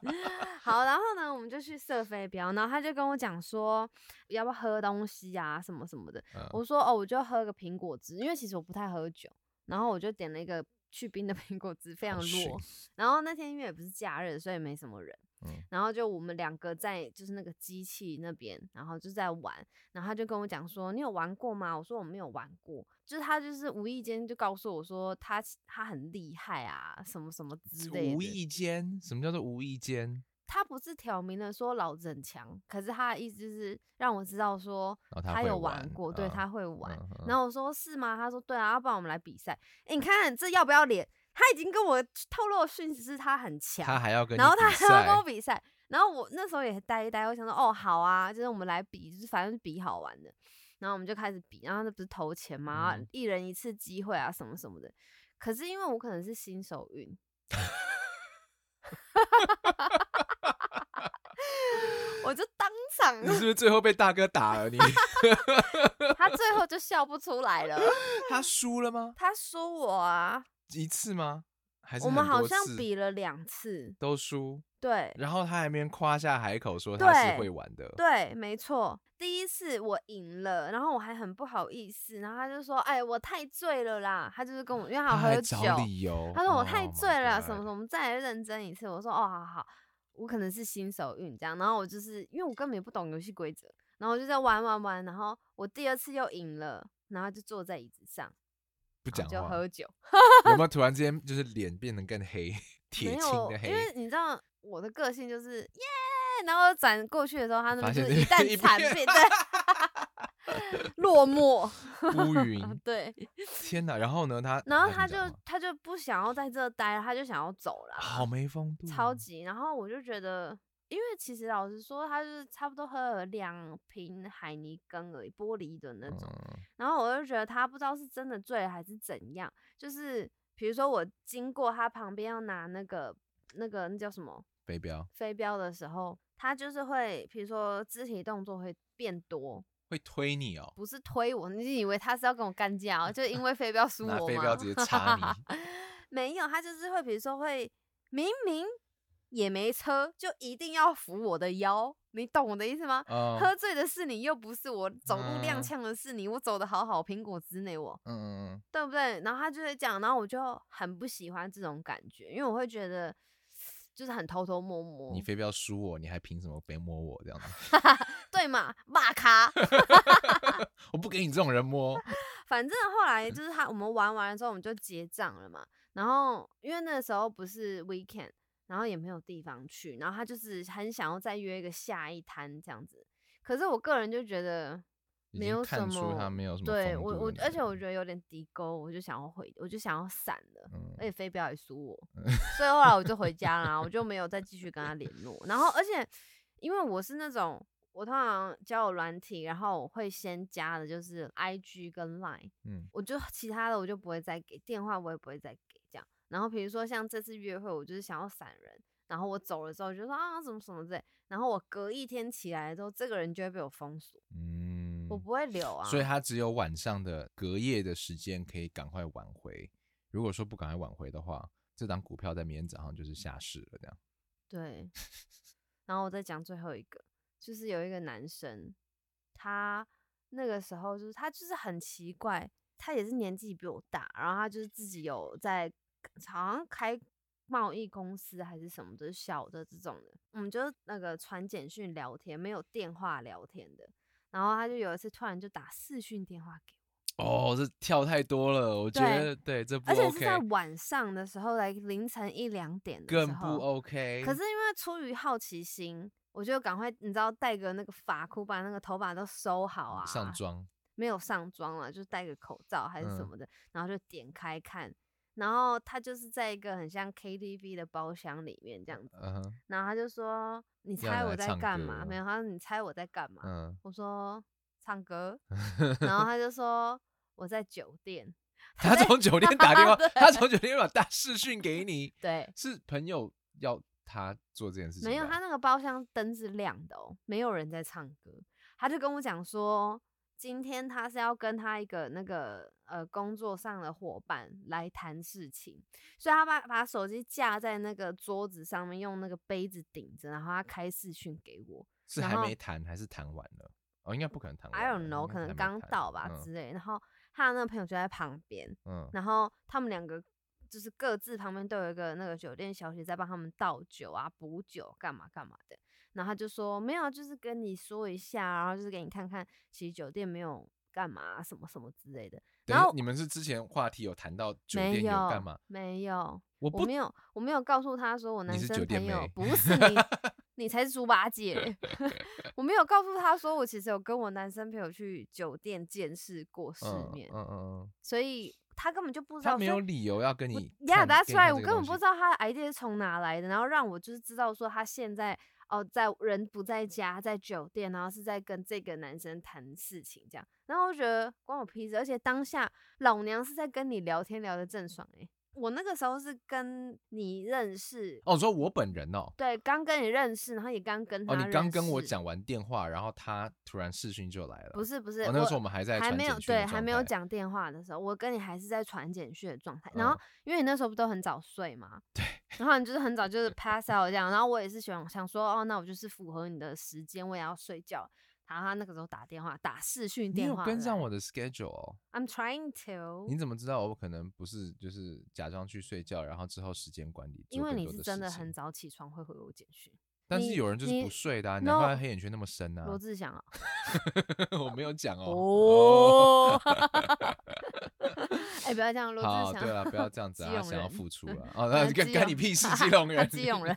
[SPEAKER 2] 好，然后呢，我们就去射飞镖，然后他就跟我讲说要不要喝东西啊，什么什么的。
[SPEAKER 1] 嗯
[SPEAKER 2] 我说哦，我就喝个苹果汁，因为其实我不太喝酒，然后我就点了一个去冰的 苹果汁，非常
[SPEAKER 1] 好逊
[SPEAKER 2] 弱。然后那天因为也不是假日，所以没什么人。
[SPEAKER 1] 嗯
[SPEAKER 2] 然后就我们两个在就是那个机器那边，然后就在玩。然后他就跟我讲说：“你有玩过吗？”我说：“我没有玩过。”就是他就是无意间就告诉我说他其他很厉害啊，什么什么之类的。
[SPEAKER 1] 无意间，什么叫做无意间？
[SPEAKER 2] 他不是挑明了说老子很强，可是他的意思是让我知道说
[SPEAKER 1] 哦他
[SPEAKER 2] 他
[SPEAKER 1] 会
[SPEAKER 2] 有
[SPEAKER 1] 玩
[SPEAKER 2] 过，对
[SPEAKER 1] 嗯
[SPEAKER 2] 他会玩。
[SPEAKER 1] 嗯哼
[SPEAKER 2] 然后我说是吗？他说对啊，要不然我们来比赛。诶你看这要不要脸？他已经跟我透露讯息是他很强，
[SPEAKER 1] 他还要跟你
[SPEAKER 2] 然后他
[SPEAKER 1] 比
[SPEAKER 2] 还要跟
[SPEAKER 1] 赛
[SPEAKER 2] 我比赛，然后我那时候也呆一呆，我想说哦好啊，就是我们来比，就是反正是比好玩的。然后我们就开始比，然后那不是投钱嘛，
[SPEAKER 1] 嗯
[SPEAKER 2] 一人一次机会啊什么什么的。可是因为我可能是新手运， 我就当场
[SPEAKER 1] 你是不是最后被大哥打 了你？
[SPEAKER 2] 他最后就笑不出来了，
[SPEAKER 1] 他输了吗？
[SPEAKER 2] 他说我啊，
[SPEAKER 1] 一次吗？还是
[SPEAKER 2] 我们
[SPEAKER 1] 很多
[SPEAKER 2] 好像
[SPEAKER 1] 次
[SPEAKER 2] 比了两次，
[SPEAKER 1] 都输，
[SPEAKER 2] 对
[SPEAKER 1] 然后他还没夸下海口说他是
[SPEAKER 2] 对
[SPEAKER 1] 会玩的，
[SPEAKER 2] 对，没错。第一次我赢了，然后我还很不好意思，然后他就说：“哎，我太醉了啦。”他就是跟我，因为
[SPEAKER 1] 他
[SPEAKER 2] 有喝
[SPEAKER 1] 还
[SPEAKER 2] 酒，
[SPEAKER 1] 找理由，
[SPEAKER 2] 他说我
[SPEAKER 1] Oh
[SPEAKER 2] 太
[SPEAKER 1] my
[SPEAKER 2] 醉了，什么什
[SPEAKER 1] God
[SPEAKER 2] 么，我们再来认真一次。我说哦，好好，我可能是新手运这样。然后我就是因为我根本也不懂游戏规则，然后我就在玩玩玩，然后我第二次又赢了，然后就坐在椅子上，
[SPEAKER 1] 不讲
[SPEAKER 2] 然后就
[SPEAKER 1] 话，
[SPEAKER 2] 喝酒。
[SPEAKER 1] 有没有突然之间就是脸变得更黑，铁
[SPEAKER 2] 没
[SPEAKER 1] 青
[SPEAKER 2] 有
[SPEAKER 1] 的，
[SPEAKER 2] 因
[SPEAKER 1] 黑？
[SPEAKER 2] 为你知道我的个性就是耶，然后转过去的时候，他那
[SPEAKER 1] 发
[SPEAKER 2] 边
[SPEAKER 1] 现
[SPEAKER 2] 就是一
[SPEAKER 1] 那边
[SPEAKER 2] 旦
[SPEAKER 1] 一
[SPEAKER 2] 惨
[SPEAKER 1] 片
[SPEAKER 2] 变，对，落寞，
[SPEAKER 1] 乌云，
[SPEAKER 2] 对。
[SPEAKER 1] 天哪！然后呢，他
[SPEAKER 2] 然后
[SPEAKER 1] 怎
[SPEAKER 2] 他
[SPEAKER 1] 么
[SPEAKER 2] 就
[SPEAKER 1] 讲吗
[SPEAKER 2] 他就不想要在这待了，他就想要走了。
[SPEAKER 1] 好没风度哦，
[SPEAKER 2] 超级。然后我就觉得，因为其实老实说，他就是差不多喝了两瓶海尼根而已，玻璃的那种。
[SPEAKER 1] 嗯
[SPEAKER 2] 然后我就觉得他不知道是真的醉了还是怎样，就是比如说我经过他旁边要拿那个那个那叫什么
[SPEAKER 1] 飞镖
[SPEAKER 2] 飞镖的时候，他就是会，比如说肢体动作会变多，
[SPEAKER 1] 会推你哦，
[SPEAKER 2] 不是推我，你以为他是要跟我干架哦？就因为飞镖输我
[SPEAKER 1] 拿
[SPEAKER 2] 吗？
[SPEAKER 1] 飞镖直接插
[SPEAKER 2] 没有，他就是会，比如说会明明也没车，就一定要扶我的腰，你懂我的意思吗？
[SPEAKER 1] 嗯
[SPEAKER 2] 喝醉的是你，又不是我；走路踉
[SPEAKER 1] 嗯
[SPEAKER 2] 跄的是你，我走的好好，苹果之内我，
[SPEAKER 1] 嗯嗯嗯，
[SPEAKER 2] 对不对？然后他就会讲，然后我就很不喜欢这种感觉，因为我会觉得就是很偷偷摸摸，
[SPEAKER 1] 嗯你飞镖输我，你还凭什么别摸我这样子？
[SPEAKER 2] 对嘛？骂咖。
[SPEAKER 1] 我不给你这种人摸，
[SPEAKER 2] 反正后来就是他，我们玩完了之后我们就结账了嘛。然后因为那时候不是 weekend，然后也没有地方去，然后他就是很想要再约一个下一摊这样子。可是我个人就觉得
[SPEAKER 1] 已
[SPEAKER 2] 没
[SPEAKER 1] 经
[SPEAKER 2] 有什
[SPEAKER 1] 看出他
[SPEAKER 2] 么
[SPEAKER 1] 没有什么
[SPEAKER 2] 对
[SPEAKER 1] 风
[SPEAKER 2] 我
[SPEAKER 1] 度
[SPEAKER 2] 我
[SPEAKER 1] 的，啊
[SPEAKER 2] 而且
[SPEAKER 1] 人
[SPEAKER 2] 我觉得有点低沟，我就想要回，我就想要散了。
[SPEAKER 1] 嗯
[SPEAKER 2] 而且飞 镖也输我，所以后来我就回家啦，我就没有再继续跟他联络。然后，而且因为我是那种我通常交友软体，然后我会先加的就是 I G 跟 Line，
[SPEAKER 1] 嗯
[SPEAKER 2] 我就其他的我就不会再给电话，我也不会再给这样。然后比如说像这次约会，我就是想要闪人，然后我走了之后就说啊什么什么之类，然后我隔一天起来之后，这个人就会被我封锁，
[SPEAKER 1] 嗯
[SPEAKER 2] 我不会留啊。
[SPEAKER 1] 所以他只有晚上的隔夜的时间可以赶快挽回。如果说不赶快挽回的话，这档股票在明天早上就是下市了。这样，
[SPEAKER 2] 对，然后我再讲最后一个，就是有一个男生，他那个时候就是他就是很奇怪，他也是年纪比我大，然后他就是自己有在好像开贸易公司还是什么的小的这种的，我们就是那个传简讯聊天，没有电话聊天的。然后他就有一次突然就打视讯电话给
[SPEAKER 1] 哦，这跳太多了，我觉
[SPEAKER 2] 对
[SPEAKER 1] 得对这不
[SPEAKER 2] 我，而
[SPEAKER 1] OK，
[SPEAKER 2] 且是在晚上的时候，来凌晨一两点的时候，
[SPEAKER 1] 更不 OK。
[SPEAKER 2] 可是因为出于好奇心，我就赶快，你知道，带个那个发箍，把那个头发都收好啊，
[SPEAKER 1] 嗯上妆，
[SPEAKER 2] 没有上妆了，就戴个口罩还是什
[SPEAKER 1] 嗯
[SPEAKER 2] 么的，然后就点开看，然后他就是在一个很像 KTV 的包厢里面这样子，
[SPEAKER 1] 嗯哼
[SPEAKER 2] 然后他就说：“你
[SPEAKER 1] 要
[SPEAKER 2] 猜
[SPEAKER 1] 拿
[SPEAKER 2] 我
[SPEAKER 1] 来
[SPEAKER 2] 在
[SPEAKER 1] 唱
[SPEAKER 2] 干
[SPEAKER 1] 歌哦
[SPEAKER 2] 嘛？”没有，他说：“你猜我在干嘛？”
[SPEAKER 1] 嗯，
[SPEAKER 2] 我说：“ 唱歌。”然后他就说：“我在酒店。
[SPEAKER 1] 他
[SPEAKER 2] 在
[SPEAKER 1] 从酒店打电话
[SPEAKER 2] 对，
[SPEAKER 1] 他从酒店把大视讯给你，”
[SPEAKER 2] 对，
[SPEAKER 1] 是朋友要他做这件事情吧，
[SPEAKER 2] 没有，他那个包厢灯是亮的哦，没有人在唱歌。他就跟我讲说，今天他是要跟他一个那个呃工作上的伙伴来谈事情，所以他把把手机架在那个桌子上面，用那个杯子顶着，然后他开视讯给我。
[SPEAKER 1] 是
[SPEAKER 2] 然
[SPEAKER 1] 还
[SPEAKER 2] 后
[SPEAKER 1] 没谈还是谈完了？哦，应该不可能谈完
[SPEAKER 2] I
[SPEAKER 1] 了。
[SPEAKER 2] don't know，
[SPEAKER 1] 应该哦是
[SPEAKER 2] 可
[SPEAKER 1] 还
[SPEAKER 2] 能
[SPEAKER 1] 没
[SPEAKER 2] 刚
[SPEAKER 1] 谈
[SPEAKER 2] 到吧
[SPEAKER 1] 嗯
[SPEAKER 2] 之类。然后他的那个朋友就在旁边，
[SPEAKER 1] 嗯，
[SPEAKER 2] 然后他们两个就是各自旁边都有一个那个酒店小姐在帮他们倒酒啊、补酒干嘛干嘛的。然后他就说没有，啊就是跟你说一下，啊然后就是给你看看，其实酒店没有干嘛啊什么什么之类的。
[SPEAKER 1] 等
[SPEAKER 2] 然后
[SPEAKER 1] 于你们是之前话题有谈到酒
[SPEAKER 2] 没
[SPEAKER 1] 店
[SPEAKER 2] 有
[SPEAKER 1] 有干嘛？？
[SPEAKER 2] 没有，
[SPEAKER 1] 我
[SPEAKER 2] 我
[SPEAKER 1] 不
[SPEAKER 2] 没有，我没有告诉他说我
[SPEAKER 1] 你
[SPEAKER 2] 男
[SPEAKER 1] 是
[SPEAKER 2] 生
[SPEAKER 1] 酒店
[SPEAKER 2] 朋友
[SPEAKER 1] 妹
[SPEAKER 2] 不是 你，你才是猪八戒。 我没有告诉他说我其实有跟我男生朋友去酒店见识过世
[SPEAKER 1] 嗯
[SPEAKER 2] 面，
[SPEAKER 1] 嗯嗯
[SPEAKER 2] 所以他根本就不
[SPEAKER 1] 嗯，
[SPEAKER 2] 知
[SPEAKER 1] 他
[SPEAKER 2] 道。所
[SPEAKER 1] 没
[SPEAKER 2] 以
[SPEAKER 1] 有理由要跟
[SPEAKER 2] 我
[SPEAKER 1] 你
[SPEAKER 2] 呀，
[SPEAKER 1] 看
[SPEAKER 2] 答
[SPEAKER 1] 给
[SPEAKER 2] 出
[SPEAKER 1] 你
[SPEAKER 2] 来，
[SPEAKER 1] 看
[SPEAKER 2] 我
[SPEAKER 1] 这个
[SPEAKER 2] 根
[SPEAKER 1] 东
[SPEAKER 2] 本不
[SPEAKER 1] 西
[SPEAKER 2] 知道他的 idea 是从哪来的，然后让我就是知道说他现在哦，在人不在家，在酒店，然后是在跟这个男生谈事情这样，然后我觉得关我屁事，而且当下老娘是在跟你聊天聊得正爽诶、我那个时候是跟你认识，
[SPEAKER 1] 哦，你说我本人哦，
[SPEAKER 2] 对，刚跟你认识，然后也刚跟他
[SPEAKER 1] 哦，
[SPEAKER 2] 认识。
[SPEAKER 1] 你刚跟我，讲完电话，然后他突然视讯就来了，
[SPEAKER 2] 不是不是，
[SPEAKER 1] 哦，那个时候我们还在
[SPEAKER 2] 还
[SPEAKER 1] 传
[SPEAKER 2] 没有
[SPEAKER 1] 简讯的
[SPEAKER 2] 对还
[SPEAKER 1] 状
[SPEAKER 2] 没有
[SPEAKER 1] 态，
[SPEAKER 2] 讲电话的时候，我跟你还是在传简讯的状态。然
[SPEAKER 1] 嗯
[SPEAKER 2] 后、因为你那时候不都很早睡嘛，对，然后你就是很早就是 pass out 这样，然后我也是想想说，哦，那我就是符合你的时间，我也要睡觉。然后他那个时候打电话打视讯
[SPEAKER 1] 你
[SPEAKER 2] 电
[SPEAKER 1] 有
[SPEAKER 2] 话来，
[SPEAKER 1] 跟上我的 schedule 哦？
[SPEAKER 2] ？I'm trying to，
[SPEAKER 1] 你怎么知道我可能不是就是假装去睡觉，然后之后时间管理？
[SPEAKER 2] 因
[SPEAKER 1] 做
[SPEAKER 2] 为
[SPEAKER 1] 更
[SPEAKER 2] 你
[SPEAKER 1] 多
[SPEAKER 2] 是
[SPEAKER 1] 的
[SPEAKER 2] 真
[SPEAKER 1] 事
[SPEAKER 2] 的
[SPEAKER 1] 情
[SPEAKER 2] 很，早起床会回我简讯。
[SPEAKER 1] 但是
[SPEAKER 2] 你
[SPEAKER 1] 有人就是
[SPEAKER 2] 你
[SPEAKER 1] 不睡的、啊，难
[SPEAKER 2] no
[SPEAKER 1] 怪他黑眼圈那么深呢、
[SPEAKER 2] 罗志祥啊，
[SPEAKER 1] 我没有讲哦。哦，
[SPEAKER 2] 哦， 哎，不要这样，罗
[SPEAKER 1] 好，
[SPEAKER 2] 志
[SPEAKER 1] 对
[SPEAKER 2] 祥。
[SPEAKER 1] 了，不要这样子、啊，
[SPEAKER 2] 基
[SPEAKER 1] 他
[SPEAKER 2] 隆
[SPEAKER 1] 想要
[SPEAKER 2] 人
[SPEAKER 1] 付出 了、啊。哦，那
[SPEAKER 2] 他
[SPEAKER 1] 干
[SPEAKER 2] 基
[SPEAKER 1] 干
[SPEAKER 2] 隆
[SPEAKER 1] 你屁 事，基隆
[SPEAKER 2] 他
[SPEAKER 1] 人，
[SPEAKER 2] 基 隆人。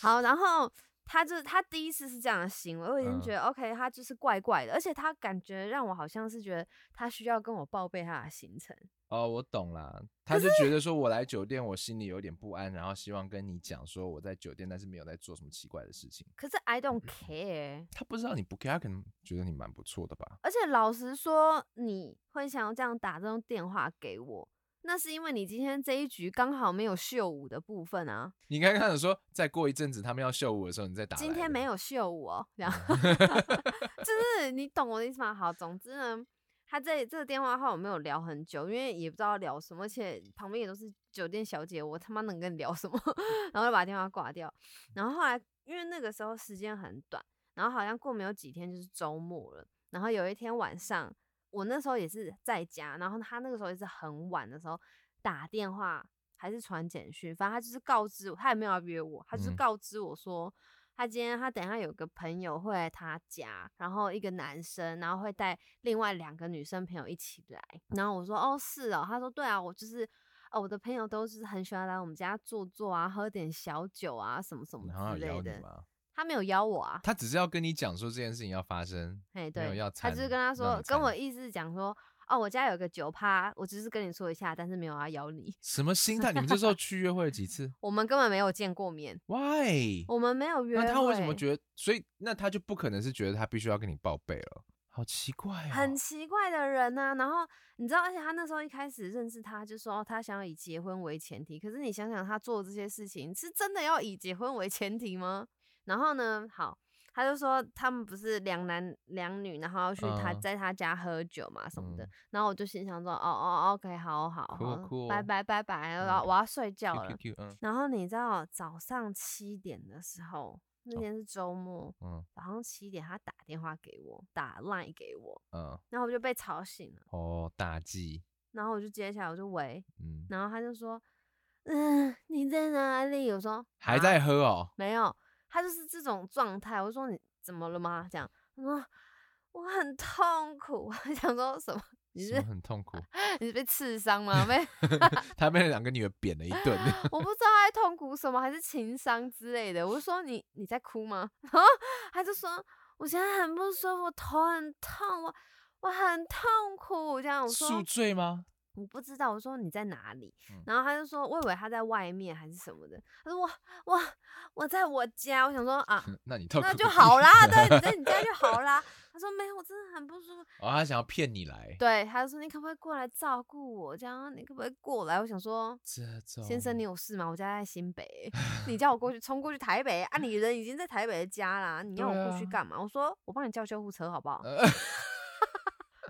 [SPEAKER 2] 好，然后他就是他第一次是这样的行为，我已经
[SPEAKER 1] 嗯
[SPEAKER 2] 觉得、OK，他就是怪怪的，而且他感觉让我好像是觉得他需要跟我报备他的行程。
[SPEAKER 1] 哦，我懂啦，他就 觉得说我来酒店，我心里有点不安，然后希望跟你讲说我在酒店，但是没有在做什么奇怪的事情。
[SPEAKER 2] 可是 I don't care，
[SPEAKER 1] 他不知道你不 care，他可能觉得你蛮不错的吧？
[SPEAKER 2] 而且老实说，你会想要这样打这种电话给我，那是因为你今天这一局刚好没有秀舞的部分啊。
[SPEAKER 1] 你应该跟他讲说，再过一阵子他们要秀舞的时候，你再打来的。嗯
[SPEAKER 2] 今天没有秀舞哦，然后 就是你懂我的意思吗？好，总之呢，他这这个电话号我没有聊很久，因为也不知道聊什么，而且旁边也都是酒店小姐，我他妈能跟你聊什么？ 然后就把电话挂掉。然后后来因为那个时候时间很短，然后好像过没有几天就是周末了，然后有一天晚上，我那时候也是在家，然后他那个时候也是很晚的时候打电话还是传简讯，反正他就是告知我，他也没有要约我，他就是
[SPEAKER 1] 嗯
[SPEAKER 2] 告知我说。他今天他等一下有个朋友会来他家，然后一个男生，然后会带另外两个女生朋友一起来。然后我说哦是哦，他说对啊，我就是哦我的朋友都是很喜欢来我们家坐坐啊，喝点小酒啊什么什么
[SPEAKER 1] 然后
[SPEAKER 2] 之
[SPEAKER 1] 邀
[SPEAKER 2] 类
[SPEAKER 1] 你
[SPEAKER 2] 的。
[SPEAKER 1] 吗？
[SPEAKER 2] 他没有邀我啊，
[SPEAKER 1] 他只是要跟你讲说这件事情要发生，
[SPEAKER 2] 哎
[SPEAKER 1] 没有
[SPEAKER 2] 对
[SPEAKER 1] 要，
[SPEAKER 2] 他就是
[SPEAKER 1] 掺
[SPEAKER 2] 跟他
[SPEAKER 1] 让
[SPEAKER 2] 说
[SPEAKER 1] 你
[SPEAKER 2] 跟
[SPEAKER 1] 掺
[SPEAKER 2] 我意思讲说哦我家有个酒趴，我只是跟你说一下，但是没有要邀你，
[SPEAKER 1] 什么心态？你们这时候去约会了几次
[SPEAKER 2] 我们根本没有见过面，
[SPEAKER 1] ？Why？
[SPEAKER 2] 我们没有约
[SPEAKER 1] 那
[SPEAKER 2] 会。
[SPEAKER 1] 他为什么觉得？所以那他就不可能是觉得他必须要跟你报备了，好奇怪、哦。
[SPEAKER 2] 很奇怪的人呐、然后你知道，而且他那时候一开始认识他，就说、哦、他想要以结婚为前提。可是你想想，他做这些事情是真的要以结婚为前提吗？然后呢，好，他就说他们不是两男两女，然后要去他、
[SPEAKER 1] 嗯
[SPEAKER 2] 在他家喝酒嘛什么的。
[SPEAKER 1] 嗯
[SPEAKER 2] 然后我就心想说，哦哦，OK，好好好，
[SPEAKER 1] Cool，
[SPEAKER 2] 拜
[SPEAKER 1] cool
[SPEAKER 2] 拜拜拜，我要、
[SPEAKER 1] 嗯
[SPEAKER 2] 我要睡觉了。
[SPEAKER 1] Q Q Q，嗯
[SPEAKER 2] 然后你知道早上七点的时候，那
[SPEAKER 1] 哦
[SPEAKER 2] 天是周末，
[SPEAKER 1] 嗯
[SPEAKER 2] 早上七点他打电话给我，打 line 给我。
[SPEAKER 1] 嗯，
[SPEAKER 2] 然后我就被吵醒了，
[SPEAKER 1] 哦，大忌，
[SPEAKER 2] 然后我就接起来，我就喂，
[SPEAKER 1] 嗯，
[SPEAKER 2] 然后他就说，嗯、你在哪里？我说
[SPEAKER 1] 还
[SPEAKER 2] 啊
[SPEAKER 1] 在喝哦，
[SPEAKER 2] 没有，他就是这种状态。我说你怎么了吗？这样，他说我很痛苦。 我想说什么？你
[SPEAKER 1] 什
[SPEAKER 2] 是
[SPEAKER 1] 么很痛苦，
[SPEAKER 2] 你是被刺伤吗？被
[SPEAKER 1] 他被两个女儿扁了一顿。
[SPEAKER 2] 我不知道他在痛苦什么，还是情伤之类的。我就说你你在哭吗？ 然后他就说我现在很不舒服，头很痛，我我很痛苦。这样 我说
[SPEAKER 1] 宿醉吗？
[SPEAKER 2] 我不知道，我说你在哪里？
[SPEAKER 1] 嗯，
[SPEAKER 2] 然后他就说，我以为他在外面还是什么的。他说我我我在我家，我想说啊
[SPEAKER 1] 嗯 那你痛
[SPEAKER 2] 那
[SPEAKER 1] 苦
[SPEAKER 2] 就
[SPEAKER 1] 个
[SPEAKER 2] 好
[SPEAKER 1] 屁
[SPEAKER 2] 啦，对，你在你家就好 啦。他说没有，我真的很不舒服。
[SPEAKER 1] 哦，他想要骗你来。
[SPEAKER 2] 对，他就说你可不可以过来照顾我？这样你可不可以过来？我想说，
[SPEAKER 1] 这种
[SPEAKER 2] 先生你有事吗？我家在 新北，你叫我过去冲过去台北啊？你人已经在台北的家啦，你要我
[SPEAKER 1] 对
[SPEAKER 2] 过去
[SPEAKER 1] 啊
[SPEAKER 2] 干嘛？我说我帮你叫救护车好不好？
[SPEAKER 1] 呃，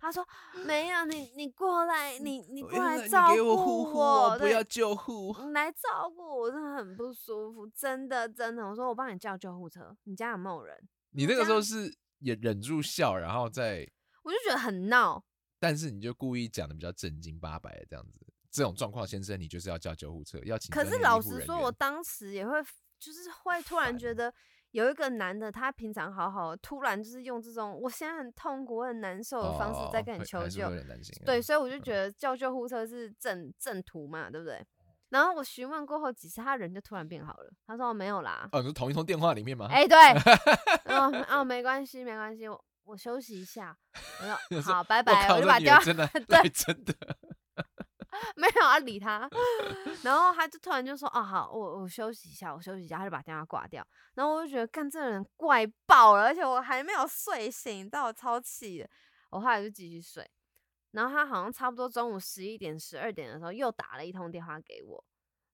[SPEAKER 2] 他说没有，你你过来，你你过来
[SPEAKER 1] 你
[SPEAKER 2] 照
[SPEAKER 1] 给嗯
[SPEAKER 2] 顾
[SPEAKER 1] 我护护我，不
[SPEAKER 2] 对
[SPEAKER 1] 要救护。
[SPEAKER 2] 你来照顾我，我真的很不舒服，真的真的。我说我帮你叫救护车，你家有没有人？
[SPEAKER 1] 你那个时候是也忍住笑，然后再，
[SPEAKER 2] 我就觉得很闹，
[SPEAKER 1] 但是你就故意讲的比较正经八百的这样子。这种状况，先生，你就是要叫救护车，要请
[SPEAKER 2] 可
[SPEAKER 1] 专业
[SPEAKER 2] 是
[SPEAKER 1] 医
[SPEAKER 2] 老
[SPEAKER 1] 护
[SPEAKER 2] 实
[SPEAKER 1] 人
[SPEAKER 2] 说，
[SPEAKER 1] 员
[SPEAKER 2] 我当时也会就是会突然
[SPEAKER 1] 烦
[SPEAKER 2] 觉得有一个男的，他平常好好的，突然就是用这种我现在很痛苦、我很难受的方式在
[SPEAKER 1] 哦
[SPEAKER 2] 跟你
[SPEAKER 1] 会
[SPEAKER 2] 求
[SPEAKER 1] 还是会
[SPEAKER 2] 救，
[SPEAKER 1] 有点担心啊。
[SPEAKER 2] 对，所以我就觉得叫救护车是正正途嘛，对不对？然后我询问过后几次，他人就突然变好了，他说、哦、没有啦，
[SPEAKER 1] 哦，你说同一通电话里面吗？
[SPEAKER 2] 哎、对，哦哦，没关系，没关系，我我休息一下。我说好，拜
[SPEAKER 1] 我
[SPEAKER 2] 拜，
[SPEAKER 1] 靠，
[SPEAKER 2] 我就
[SPEAKER 1] 这
[SPEAKER 2] 把
[SPEAKER 1] 女
[SPEAKER 2] 电
[SPEAKER 1] 人
[SPEAKER 2] 话
[SPEAKER 1] 真的
[SPEAKER 2] 对
[SPEAKER 1] 对，真的。
[SPEAKER 2] 没有要理他， 然后他就突然就说：“哦，好，我我休息一下，我休息一下。”他就把电话挂掉。然后我就觉得，干这个人怪爆了，而且我还没有睡醒，你知道我超气的。我后来就继续睡，然后他好像差不多中午十一点、十二点的时候又打了一通电话给我，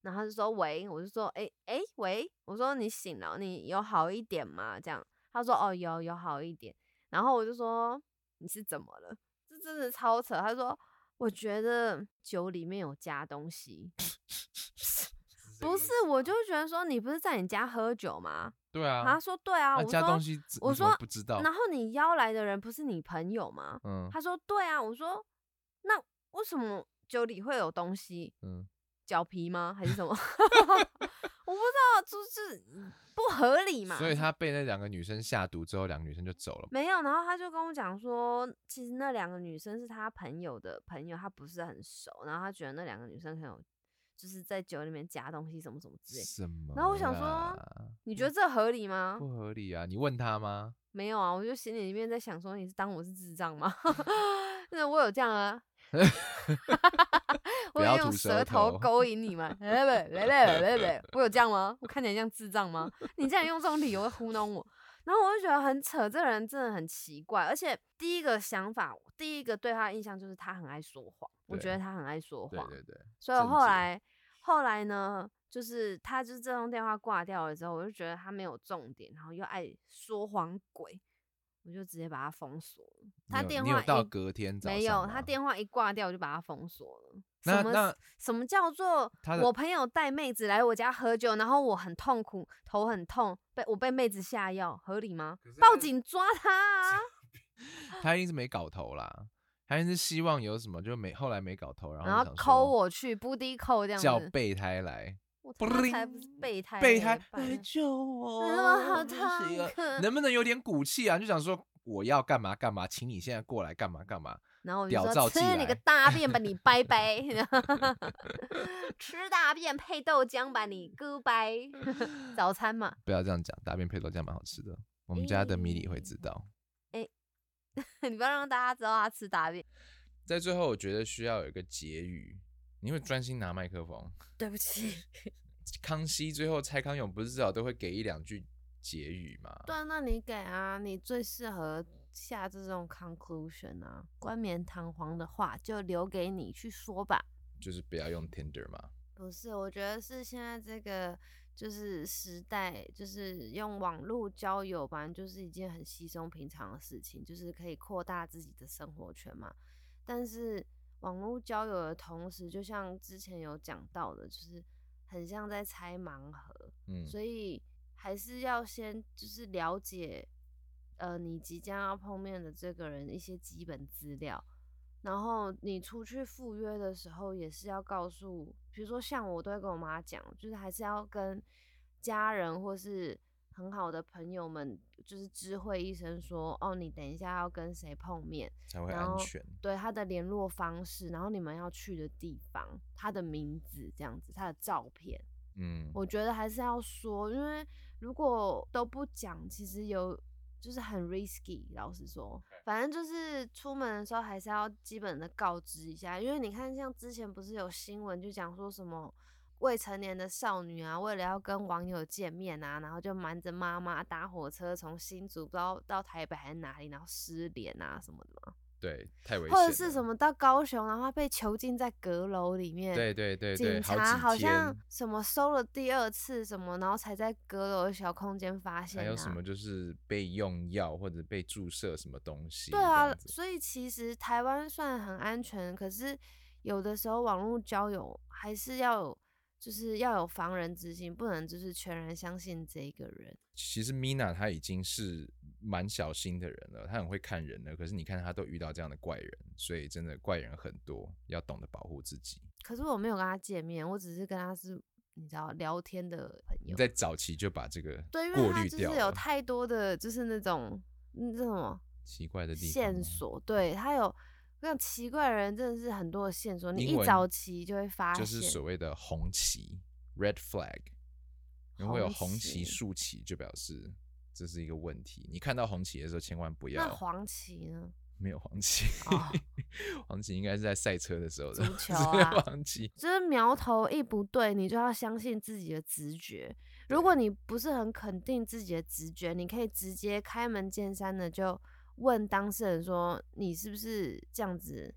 [SPEAKER 2] 然后他就说喂，我就说哎哎、喂，我说你醒了，你有好一点吗？这样，他说哦有有好一点，然后我就说你是怎么了？这真的超扯。他说我觉得酒里面有加东西，
[SPEAKER 1] 这
[SPEAKER 2] 不
[SPEAKER 1] 个
[SPEAKER 2] 是，我就觉得说你不是在你家喝酒吗？
[SPEAKER 1] 对哦啊，
[SPEAKER 2] 他说对啊，
[SPEAKER 1] 那
[SPEAKER 2] 我
[SPEAKER 1] 加东
[SPEAKER 2] 说
[SPEAKER 1] 西怎，
[SPEAKER 2] 我
[SPEAKER 1] 你怎么
[SPEAKER 2] 说
[SPEAKER 1] 不知道，
[SPEAKER 2] 然后你邀来的人不是你朋友吗？
[SPEAKER 1] 嗯
[SPEAKER 2] 他说对啊，我说那为什么酒里会有东西？
[SPEAKER 1] 嗯，
[SPEAKER 2] 脚皮吗？还是什么？我 不知道，就是不合理嘛。
[SPEAKER 1] 所以他被那两个女生下毒之后，两个女生就走了，
[SPEAKER 2] 没有，然后他就跟我讲说，其实那两个女生是他朋友的朋友，他不是很熟，然后他觉得那两个女生很有，就是在酒里面加东西什么什么之类。
[SPEAKER 1] 什么啦？
[SPEAKER 2] 然后我想说你觉得这合理吗？
[SPEAKER 1] 嗯不合理啊？你问他吗？
[SPEAKER 2] 没有啊，我就心里面在想说，你是当我是智障吗？ 那我有这 样啊，
[SPEAKER 1] 不
[SPEAKER 2] 我有
[SPEAKER 1] 要
[SPEAKER 2] 用
[SPEAKER 1] 吐
[SPEAKER 2] 舌
[SPEAKER 1] 舌
[SPEAKER 2] 头
[SPEAKER 1] 头
[SPEAKER 2] 勾引你吗？ 来呗，来呗，来呗，我有这样吗？我看起来像智障吗？你竟然用这种理由糊弄我，然后我就觉得很扯，这个人真的很奇怪。而且第一个想法，第一个对他的印象就是他很爱说谎，我觉
[SPEAKER 1] 对
[SPEAKER 2] 得他很爱说
[SPEAKER 1] 对
[SPEAKER 2] 谎，
[SPEAKER 1] 对对，
[SPEAKER 2] 所以
[SPEAKER 1] 正
[SPEAKER 2] 后
[SPEAKER 1] 解
[SPEAKER 2] 来后来呢，就是他就是这通电话挂掉了之后，我就觉得他没有重点，然后又爱说谎鬼，我就直接把他封锁了。他
[SPEAKER 1] 你有
[SPEAKER 2] 电
[SPEAKER 1] 你有
[SPEAKER 2] 话一
[SPEAKER 1] 到隔天早上
[SPEAKER 2] 没有，他
[SPEAKER 1] 吗
[SPEAKER 2] 电话一挂掉我就把他封锁了。
[SPEAKER 1] 那
[SPEAKER 2] 什么
[SPEAKER 1] 那
[SPEAKER 2] 什么叫做
[SPEAKER 1] 他的
[SPEAKER 2] 我朋友带妹子来我家喝酒，然后我很痛苦，头很痛，被我被妹子下药，合理吗
[SPEAKER 1] 可是？
[SPEAKER 2] 报
[SPEAKER 1] 他
[SPEAKER 2] 警抓他啊！
[SPEAKER 1] 他一定是没搞头啦，他一定是希望有什么就没后来没搞头，然后
[SPEAKER 2] 然后
[SPEAKER 1] 想说
[SPEAKER 2] 抠我去，不低扣这样
[SPEAKER 1] 叫
[SPEAKER 2] 子，
[SPEAKER 1] 备胎来，
[SPEAKER 2] 我他妈才不是备胎嘞，
[SPEAKER 1] 备胎哎
[SPEAKER 2] 拜
[SPEAKER 1] 来
[SPEAKER 2] 了
[SPEAKER 1] 救我，
[SPEAKER 2] 好
[SPEAKER 1] 我不行了
[SPEAKER 2] 痛
[SPEAKER 1] 能不能有点骨气啊？就想说我要干嘛干嘛，请你现在过来干嘛干嘛，
[SPEAKER 2] 然后我就
[SPEAKER 1] 屌
[SPEAKER 2] 说：“
[SPEAKER 1] 照
[SPEAKER 2] 吃
[SPEAKER 1] 寄
[SPEAKER 2] 你
[SPEAKER 1] 来
[SPEAKER 2] 个大便吧，你拜拜！ 吃大便配豆浆吧，你 goodbye！早 餐嘛，
[SPEAKER 1] 不要这样讲，大便配豆浆蛮好吃的，我们家的米里会知道。
[SPEAKER 2] 你不要让大家知道他吃大便。
[SPEAKER 1] 在最后，我觉得需要有一个结语，你会专心拿麦克风。
[SPEAKER 2] 对不起。
[SPEAKER 1] 康熙最后蔡康永不是至少都会给一两句结语吗？
[SPEAKER 2] 对啊，那你给啊，你最适合下这种 conclusion 啊，冠冕堂皇的话就留给你去说吧。
[SPEAKER 1] 就是不要用 Tinder 嘛。
[SPEAKER 2] 不是，我觉得是现在这个就是时代，就是用网络交友，反正就是一件很稀松平常的事情，就是可以扩大自己的生活圈嘛。但是网络交友的同时，就像之前有讲到的，就是很像在拆盲盒，
[SPEAKER 1] 嗯，
[SPEAKER 2] 所以还是要先就是了解，呃，你即将要碰面的这个人一些基本资料，然后你出去赴约的时候也是要告诉，比如说像我都会跟我妈讲，就是还是要跟家人或是很好的朋友们，就是知会一声说，哦，你等一下要跟谁碰面，
[SPEAKER 1] 才会
[SPEAKER 2] 然
[SPEAKER 1] 安
[SPEAKER 2] 后
[SPEAKER 1] 全。
[SPEAKER 2] 对他的联络方式，然后你们要去的地方，他的名字这样子，他的照片。
[SPEAKER 1] 嗯，
[SPEAKER 2] 我觉得还是要说，因为如果都不讲，其实有就是很 risky。老实说，反正就是出门的时候还是要基本的告知一下，因为你看，像之前不是有新闻就讲说什么。未成年的少女啊，为了要跟网友见面啊，然后就瞒着妈妈搭火车从新竹不知道到台北还是哪里，然后失联啊什么的嘛，
[SPEAKER 1] 对，太危险。啊
[SPEAKER 2] 或者是什？么到高雄，然后她被囚禁在阁楼里面，
[SPEAKER 1] 对对对对，
[SPEAKER 2] 警察
[SPEAKER 1] 好
[SPEAKER 2] 好
[SPEAKER 1] 几天。
[SPEAKER 2] 像什么搜了第二次什么，然后才在阁楼的小空间发现、啊。
[SPEAKER 1] 还有什么就是被用药或者被注射什么东西？
[SPEAKER 2] 对
[SPEAKER 1] 这
[SPEAKER 2] 啊
[SPEAKER 1] 样，子
[SPEAKER 2] 所以其实台湾算很安全，可是有的时候网络交友还是要有，就是要有防人之心，不能就是全然相信这一个人。
[SPEAKER 1] 其实 Mina 她已经是蛮小心的人了，她很会看人了。可是你看她都遇到这样的怪人，所以真的怪人很多，要懂得保护自己。
[SPEAKER 2] 可是我没有跟他见面，我只是跟他是你知道聊天的朋
[SPEAKER 1] 你
[SPEAKER 2] 友。
[SPEAKER 1] 在早期就把这个
[SPEAKER 2] 对，因为
[SPEAKER 1] 过
[SPEAKER 2] 他
[SPEAKER 1] 滤
[SPEAKER 2] 就是
[SPEAKER 1] 掉
[SPEAKER 2] 有
[SPEAKER 1] 了
[SPEAKER 2] 太多的就是那种那叫什么
[SPEAKER 1] 奇怪的地方
[SPEAKER 2] 线
[SPEAKER 1] 啊，
[SPEAKER 2] 索，对他有那种奇怪的人，真的是很多的线索，你
[SPEAKER 1] 英
[SPEAKER 2] 一
[SPEAKER 1] 文
[SPEAKER 2] 早期就会发现。
[SPEAKER 1] 就是所谓的红旗 （red flag）。如果有红
[SPEAKER 2] 红
[SPEAKER 1] 旗、
[SPEAKER 2] 旗
[SPEAKER 1] 竖旗，就表示这是一个问题。你看到红旗的时候，千万不
[SPEAKER 2] 那
[SPEAKER 1] 要
[SPEAKER 2] 黄旗呢？
[SPEAKER 1] 没有黄旗。
[SPEAKER 2] 哦
[SPEAKER 1] 黄旗应该是在赛车的时候的
[SPEAKER 2] 足球
[SPEAKER 1] 所以
[SPEAKER 2] 啊
[SPEAKER 1] 黄旗
[SPEAKER 2] 就是苗头一不对，你就要相信自己的直觉。如果你不是很肯定自己的直觉，你可以直接开门见山的就问当事人说：“你是不是这样子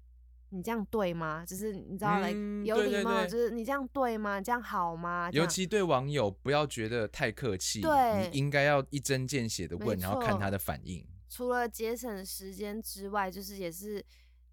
[SPEAKER 2] 你这样对吗？就是你知道来、
[SPEAKER 1] 嗯
[SPEAKER 2] 有
[SPEAKER 1] 对
[SPEAKER 2] 礼
[SPEAKER 1] 对
[SPEAKER 2] 貌，
[SPEAKER 1] 对
[SPEAKER 2] 就是你这样对吗？你这样好吗？这
[SPEAKER 1] 尤
[SPEAKER 2] 样
[SPEAKER 1] 其对网友不要觉得太客气，
[SPEAKER 2] 对
[SPEAKER 1] 你应该要一针见血的
[SPEAKER 2] 没
[SPEAKER 1] 问，然后看
[SPEAKER 2] 错
[SPEAKER 1] 他的反应。
[SPEAKER 2] 除了节省时间之外，就是也是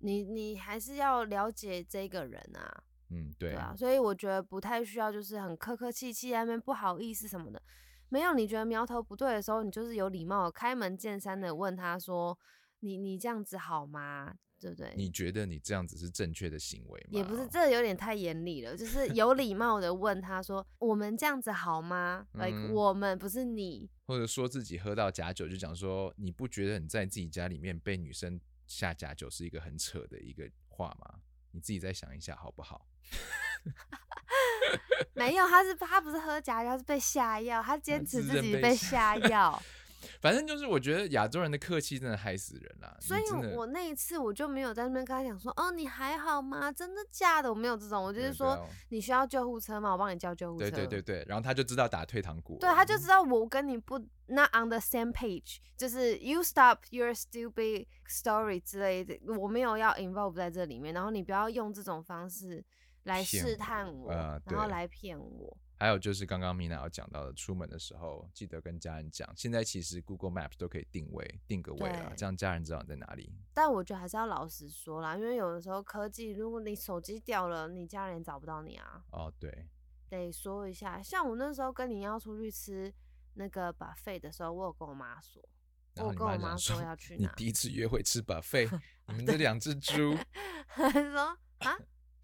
[SPEAKER 2] 你你还是要了解这个人啊，
[SPEAKER 1] 嗯，对
[SPEAKER 2] 对啊，所以我觉得不太需要就是很客客气气，在那边不好意思什么的。没有，你觉得苗头不对的时候，你就是有礼貌，开门见山的问他说：“你你这样子好吗？对不对？”
[SPEAKER 1] 你觉得你这样子是正确的行为吗？
[SPEAKER 2] 也不是，这有点太严厉了，就是有礼貌的问他说：“我们这样子好吗？”like、
[SPEAKER 1] 嗯
[SPEAKER 2] 我们不是你，
[SPEAKER 1] 或者说自己喝到假酒，就讲说你不觉得你在自己家里面被女生下假酒是一个很扯的一个话吗？你自己再想一下好不好？
[SPEAKER 2] 没有，他是他不是喝假药，他是被下药，他坚持
[SPEAKER 1] 啊嗯自
[SPEAKER 2] 自
[SPEAKER 1] 认
[SPEAKER 2] 己
[SPEAKER 1] 被
[SPEAKER 2] 被
[SPEAKER 1] 下
[SPEAKER 2] 下药。
[SPEAKER 1] 反正就是我觉得亚洲人的客气真的害死人啦。
[SPEAKER 2] 所以
[SPEAKER 1] 嗯你真的
[SPEAKER 2] 我那一次我就没有在那边跟他讲说，哦，你还好吗？真的假的？我没有这种，我就
[SPEAKER 1] 嗯对
[SPEAKER 2] 是
[SPEAKER 1] 不
[SPEAKER 2] 说
[SPEAKER 1] 要
[SPEAKER 2] 你需要救护车吗？我帮你叫救护车。
[SPEAKER 1] 对对对嗯对，然后他就知道打退堂鼓了。
[SPEAKER 2] 对他就知道我跟你不 not on the same page，就是 you stop your stupid story 之类的，我没有要 involve 在这里面，然后你不要用这种方式来
[SPEAKER 1] 骗
[SPEAKER 2] 试
[SPEAKER 1] 我
[SPEAKER 2] 探我，
[SPEAKER 1] 呃
[SPEAKER 2] 然后
[SPEAKER 1] 对
[SPEAKER 2] 来骗我。
[SPEAKER 1] 还有就是刚刚米娜有讲到的，出门的时候记得跟家人讲。现在其实 Google Maps 都可以定位、定个位了
[SPEAKER 2] 对，
[SPEAKER 1] 这样家人知道你在哪里。
[SPEAKER 2] 但我觉得还是要老实说啦，因为有的时候科技，如果你手机掉了，你家人也找不到你啊。
[SPEAKER 1] 哦，对，
[SPEAKER 2] 得说一下，像我那时候跟你要出去吃那个 buffet 的时候，我有跟我妈说，
[SPEAKER 1] 然后
[SPEAKER 2] 我
[SPEAKER 1] 你
[SPEAKER 2] 跟我
[SPEAKER 1] 妈
[SPEAKER 2] 妈
[SPEAKER 1] 讲说
[SPEAKER 2] 说要去
[SPEAKER 1] 你
[SPEAKER 2] 哪，
[SPEAKER 1] 第一次约会吃 buffet，你们这两只猪，
[SPEAKER 2] 她说啊，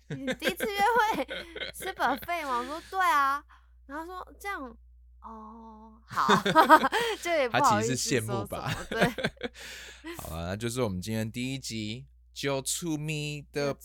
[SPEAKER 2] 你第一次约会吃 buffet 吗？我说对啊，然后她说这样。哦，好， 这也不
[SPEAKER 1] 她
[SPEAKER 2] 好
[SPEAKER 1] 其
[SPEAKER 2] 意思
[SPEAKER 1] 实是羡慕
[SPEAKER 2] 说什
[SPEAKER 1] 吧
[SPEAKER 2] 么对，
[SPEAKER 1] 好啊了，那就是我们今天第一集就出 me 的
[SPEAKER 2] 就痴迷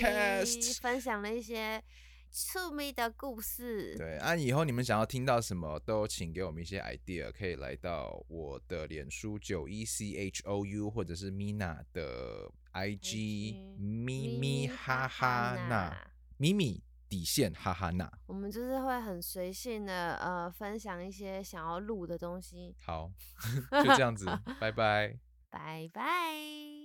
[SPEAKER 1] podcast。
[SPEAKER 2] 分享了一些趣味的故事，
[SPEAKER 1] 对啊，以后你们想要听到什么，都请给我们一些 idea，可以来到我的脸书九一 c h o u，或者是 Mina 的 IG 咪咪哈哈娜，咪咪底线哈哈娜。
[SPEAKER 2] 我们就是会很随性的呃分享一些想 要录的东西，
[SPEAKER 1] 好，就这样子，拜拜。
[SPEAKER 2] 拜拜。